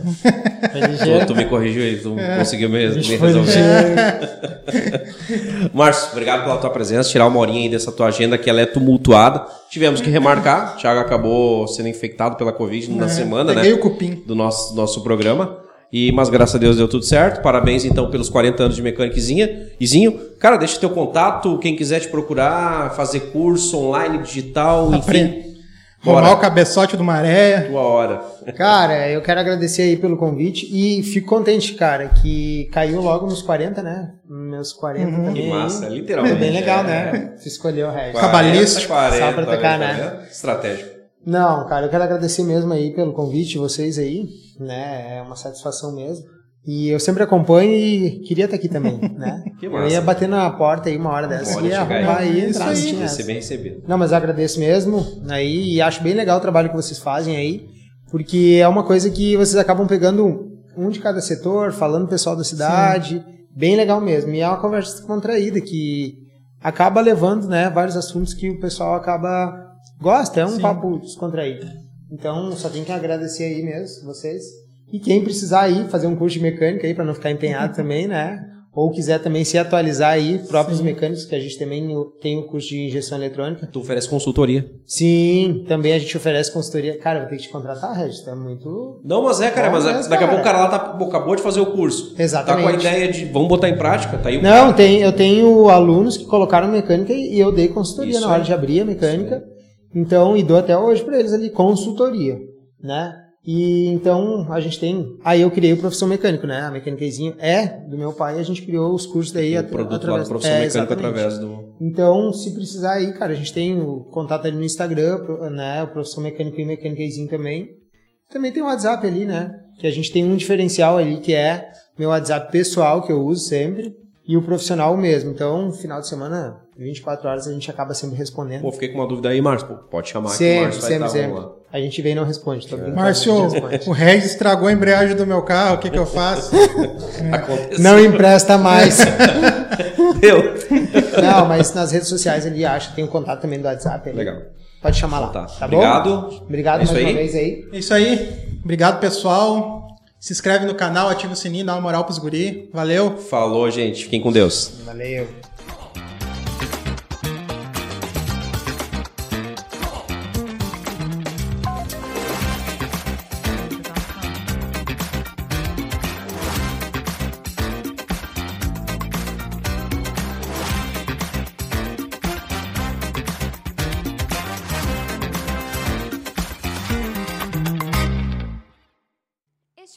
S3: Foi
S2: Tu,
S3: ligeiro.
S2: tu me corrigiu aí, tu conseguiu me,
S3: A
S2: me
S3: gente foi
S2: resolver.
S3: ligeiro.
S2: [LAUGHS] Márcio, obrigado pela tua presença, tirar uma horinha aí dessa tua agenda que ela é tumultuada. Tivemos que remarcar, o Thiago acabou sendo infectado pela Covid na semana,
S1: Peguei
S2: né?
S1: o cupim.
S2: Do nosso, nosso programa. E, mas graças a Deus deu tudo certo. Parabéns então pelos 40 anos de mecânicazinha. Izinho, cara, deixa teu contato, quem quiser te procurar, fazer curso online, digital, enfim.
S1: Apre-
S2: Bora.
S1: Arrumar o cabeçote do Maréia.
S2: Tua hora.
S3: Cara, eu quero agradecer aí pelo convite e fico contente, cara, que caiu logo nos 40, né? Meus 40
S1: Uhum.
S3: também.
S2: Que massa,
S3: aí.
S2: literalmente.
S3: Foi bem legal,
S2: é.
S3: né? Se escolheu o resto.
S1: Cabalístico,
S2: 40,
S3: só pra tocar,
S2: tá
S3: né?
S2: vendo? Estratégico.
S3: Não, cara, eu quero agradecer mesmo aí pelo convite, vocês aí, né? É uma satisfação mesmo. E eu sempre acompanho e queria estar aqui também, né?
S2: [LAUGHS] Que
S3: Eu
S2: massa.
S3: ia bater na porta aí uma hora dessa
S2: Bora
S3: e ia
S2: chegar aí.
S3: arrumar aí,
S1: Isso
S3: entrar
S1: aí.
S3: se tinha
S2: Vai
S3: essa.
S2: ser bem recebido.
S3: Não, mas eu agradeço mesmo aí e acho bem legal o trabalho que vocês fazem aí, porque é uma coisa que vocês acabam pegando um de cada setor, falando com o pessoal da cidade, bem legal mesmo. E é uma conversa contraída que acaba levando, né, vários assuntos que o pessoal acaba gosta, é um
S1: Sim.
S3: papo descontraído. Então, só tem que agradecer aí mesmo vocês. E quem precisar aí fazer um curso de mecânica aí para não ficar empenhado também, né? Ou quiser também se atualizar aí, próprios mecânicos, que a gente também tem o curso de injeção eletrônica.
S2: Tu oferece consultoria.
S3: Sim, também a gente oferece consultoria. Cara, vou ter que te contratar, Regis, tá muito.
S2: Não, mas é, cara,
S3: Não,
S2: mas,
S3: mas,
S2: daqui a
S3: cara.
S2: pouco o cara lá tá, pô, acabou de fazer o curso. Tá com a
S3: Exatamente.
S2: ideia de vamos botar em prática, tá aí o
S3: Não, tem, eu tenho alunos que colocaram mecânica e eu dei consultoria
S2: Isso é.
S3: na hora
S2: aí.
S3: de abrir a mecânica. Então, e dou até hoje pra eles ali consultoria, né? E então a gente tem. Aí eu criei o profissão mecânico, né? A mecânicazinho é do meu pai, a gente criou os cursos daí
S2: o
S3: at-
S2: produto lá
S3: através É,
S2: do profissional mecânico
S3: exatamente.
S2: através do.
S3: Então, se precisar aí, cara, a gente tem o contato ali no Instagram, pro- né? O professor mecânico e mecânicazinho também. Também tem o WhatsApp ali, né? Que a gente tem um diferencial ali que é meu WhatsApp pessoal que eu uso sempre e o profissional mesmo. Então, final de semana, 24 horas a gente acaba sempre respondendo.
S2: Pô, fiquei com uma dúvida aí, Márcio. Pô, pode chamar aqui,
S3: sempre,
S2: Márcio vai tá
S3: sempre,
S2: estar
S3: sempre.
S2: lá.
S3: A gente vem e não responde. Tô brincando,
S1: Márcio,
S3: a gente responde.
S1: o Regis estragou a embreagem do meu carro, o que, que eu faço?
S2: [LAUGHS] Aconteceu.
S3: [LAUGHS] Não empresta mais.
S2: Deu.
S3: não, mas nas redes sociais ele acha, tem o contato também do WhatsApp. ali.
S2: Legal.
S3: Pode chamar lá.
S2: Tá.
S3: Tá, bom?
S2: Obrigado.
S3: Obrigado
S2: É isso
S3: mais
S2: aí.
S3: uma vez aí.
S1: é isso aí. Obrigado, pessoal. Se inscreve no canal, ativa o sininho, dá uma moral pros guri. Valeu.
S2: Falou, gente. Fiquem com Deus.
S3: Valeu.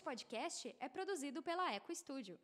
S4: podcast é produzido pela Eco Studio.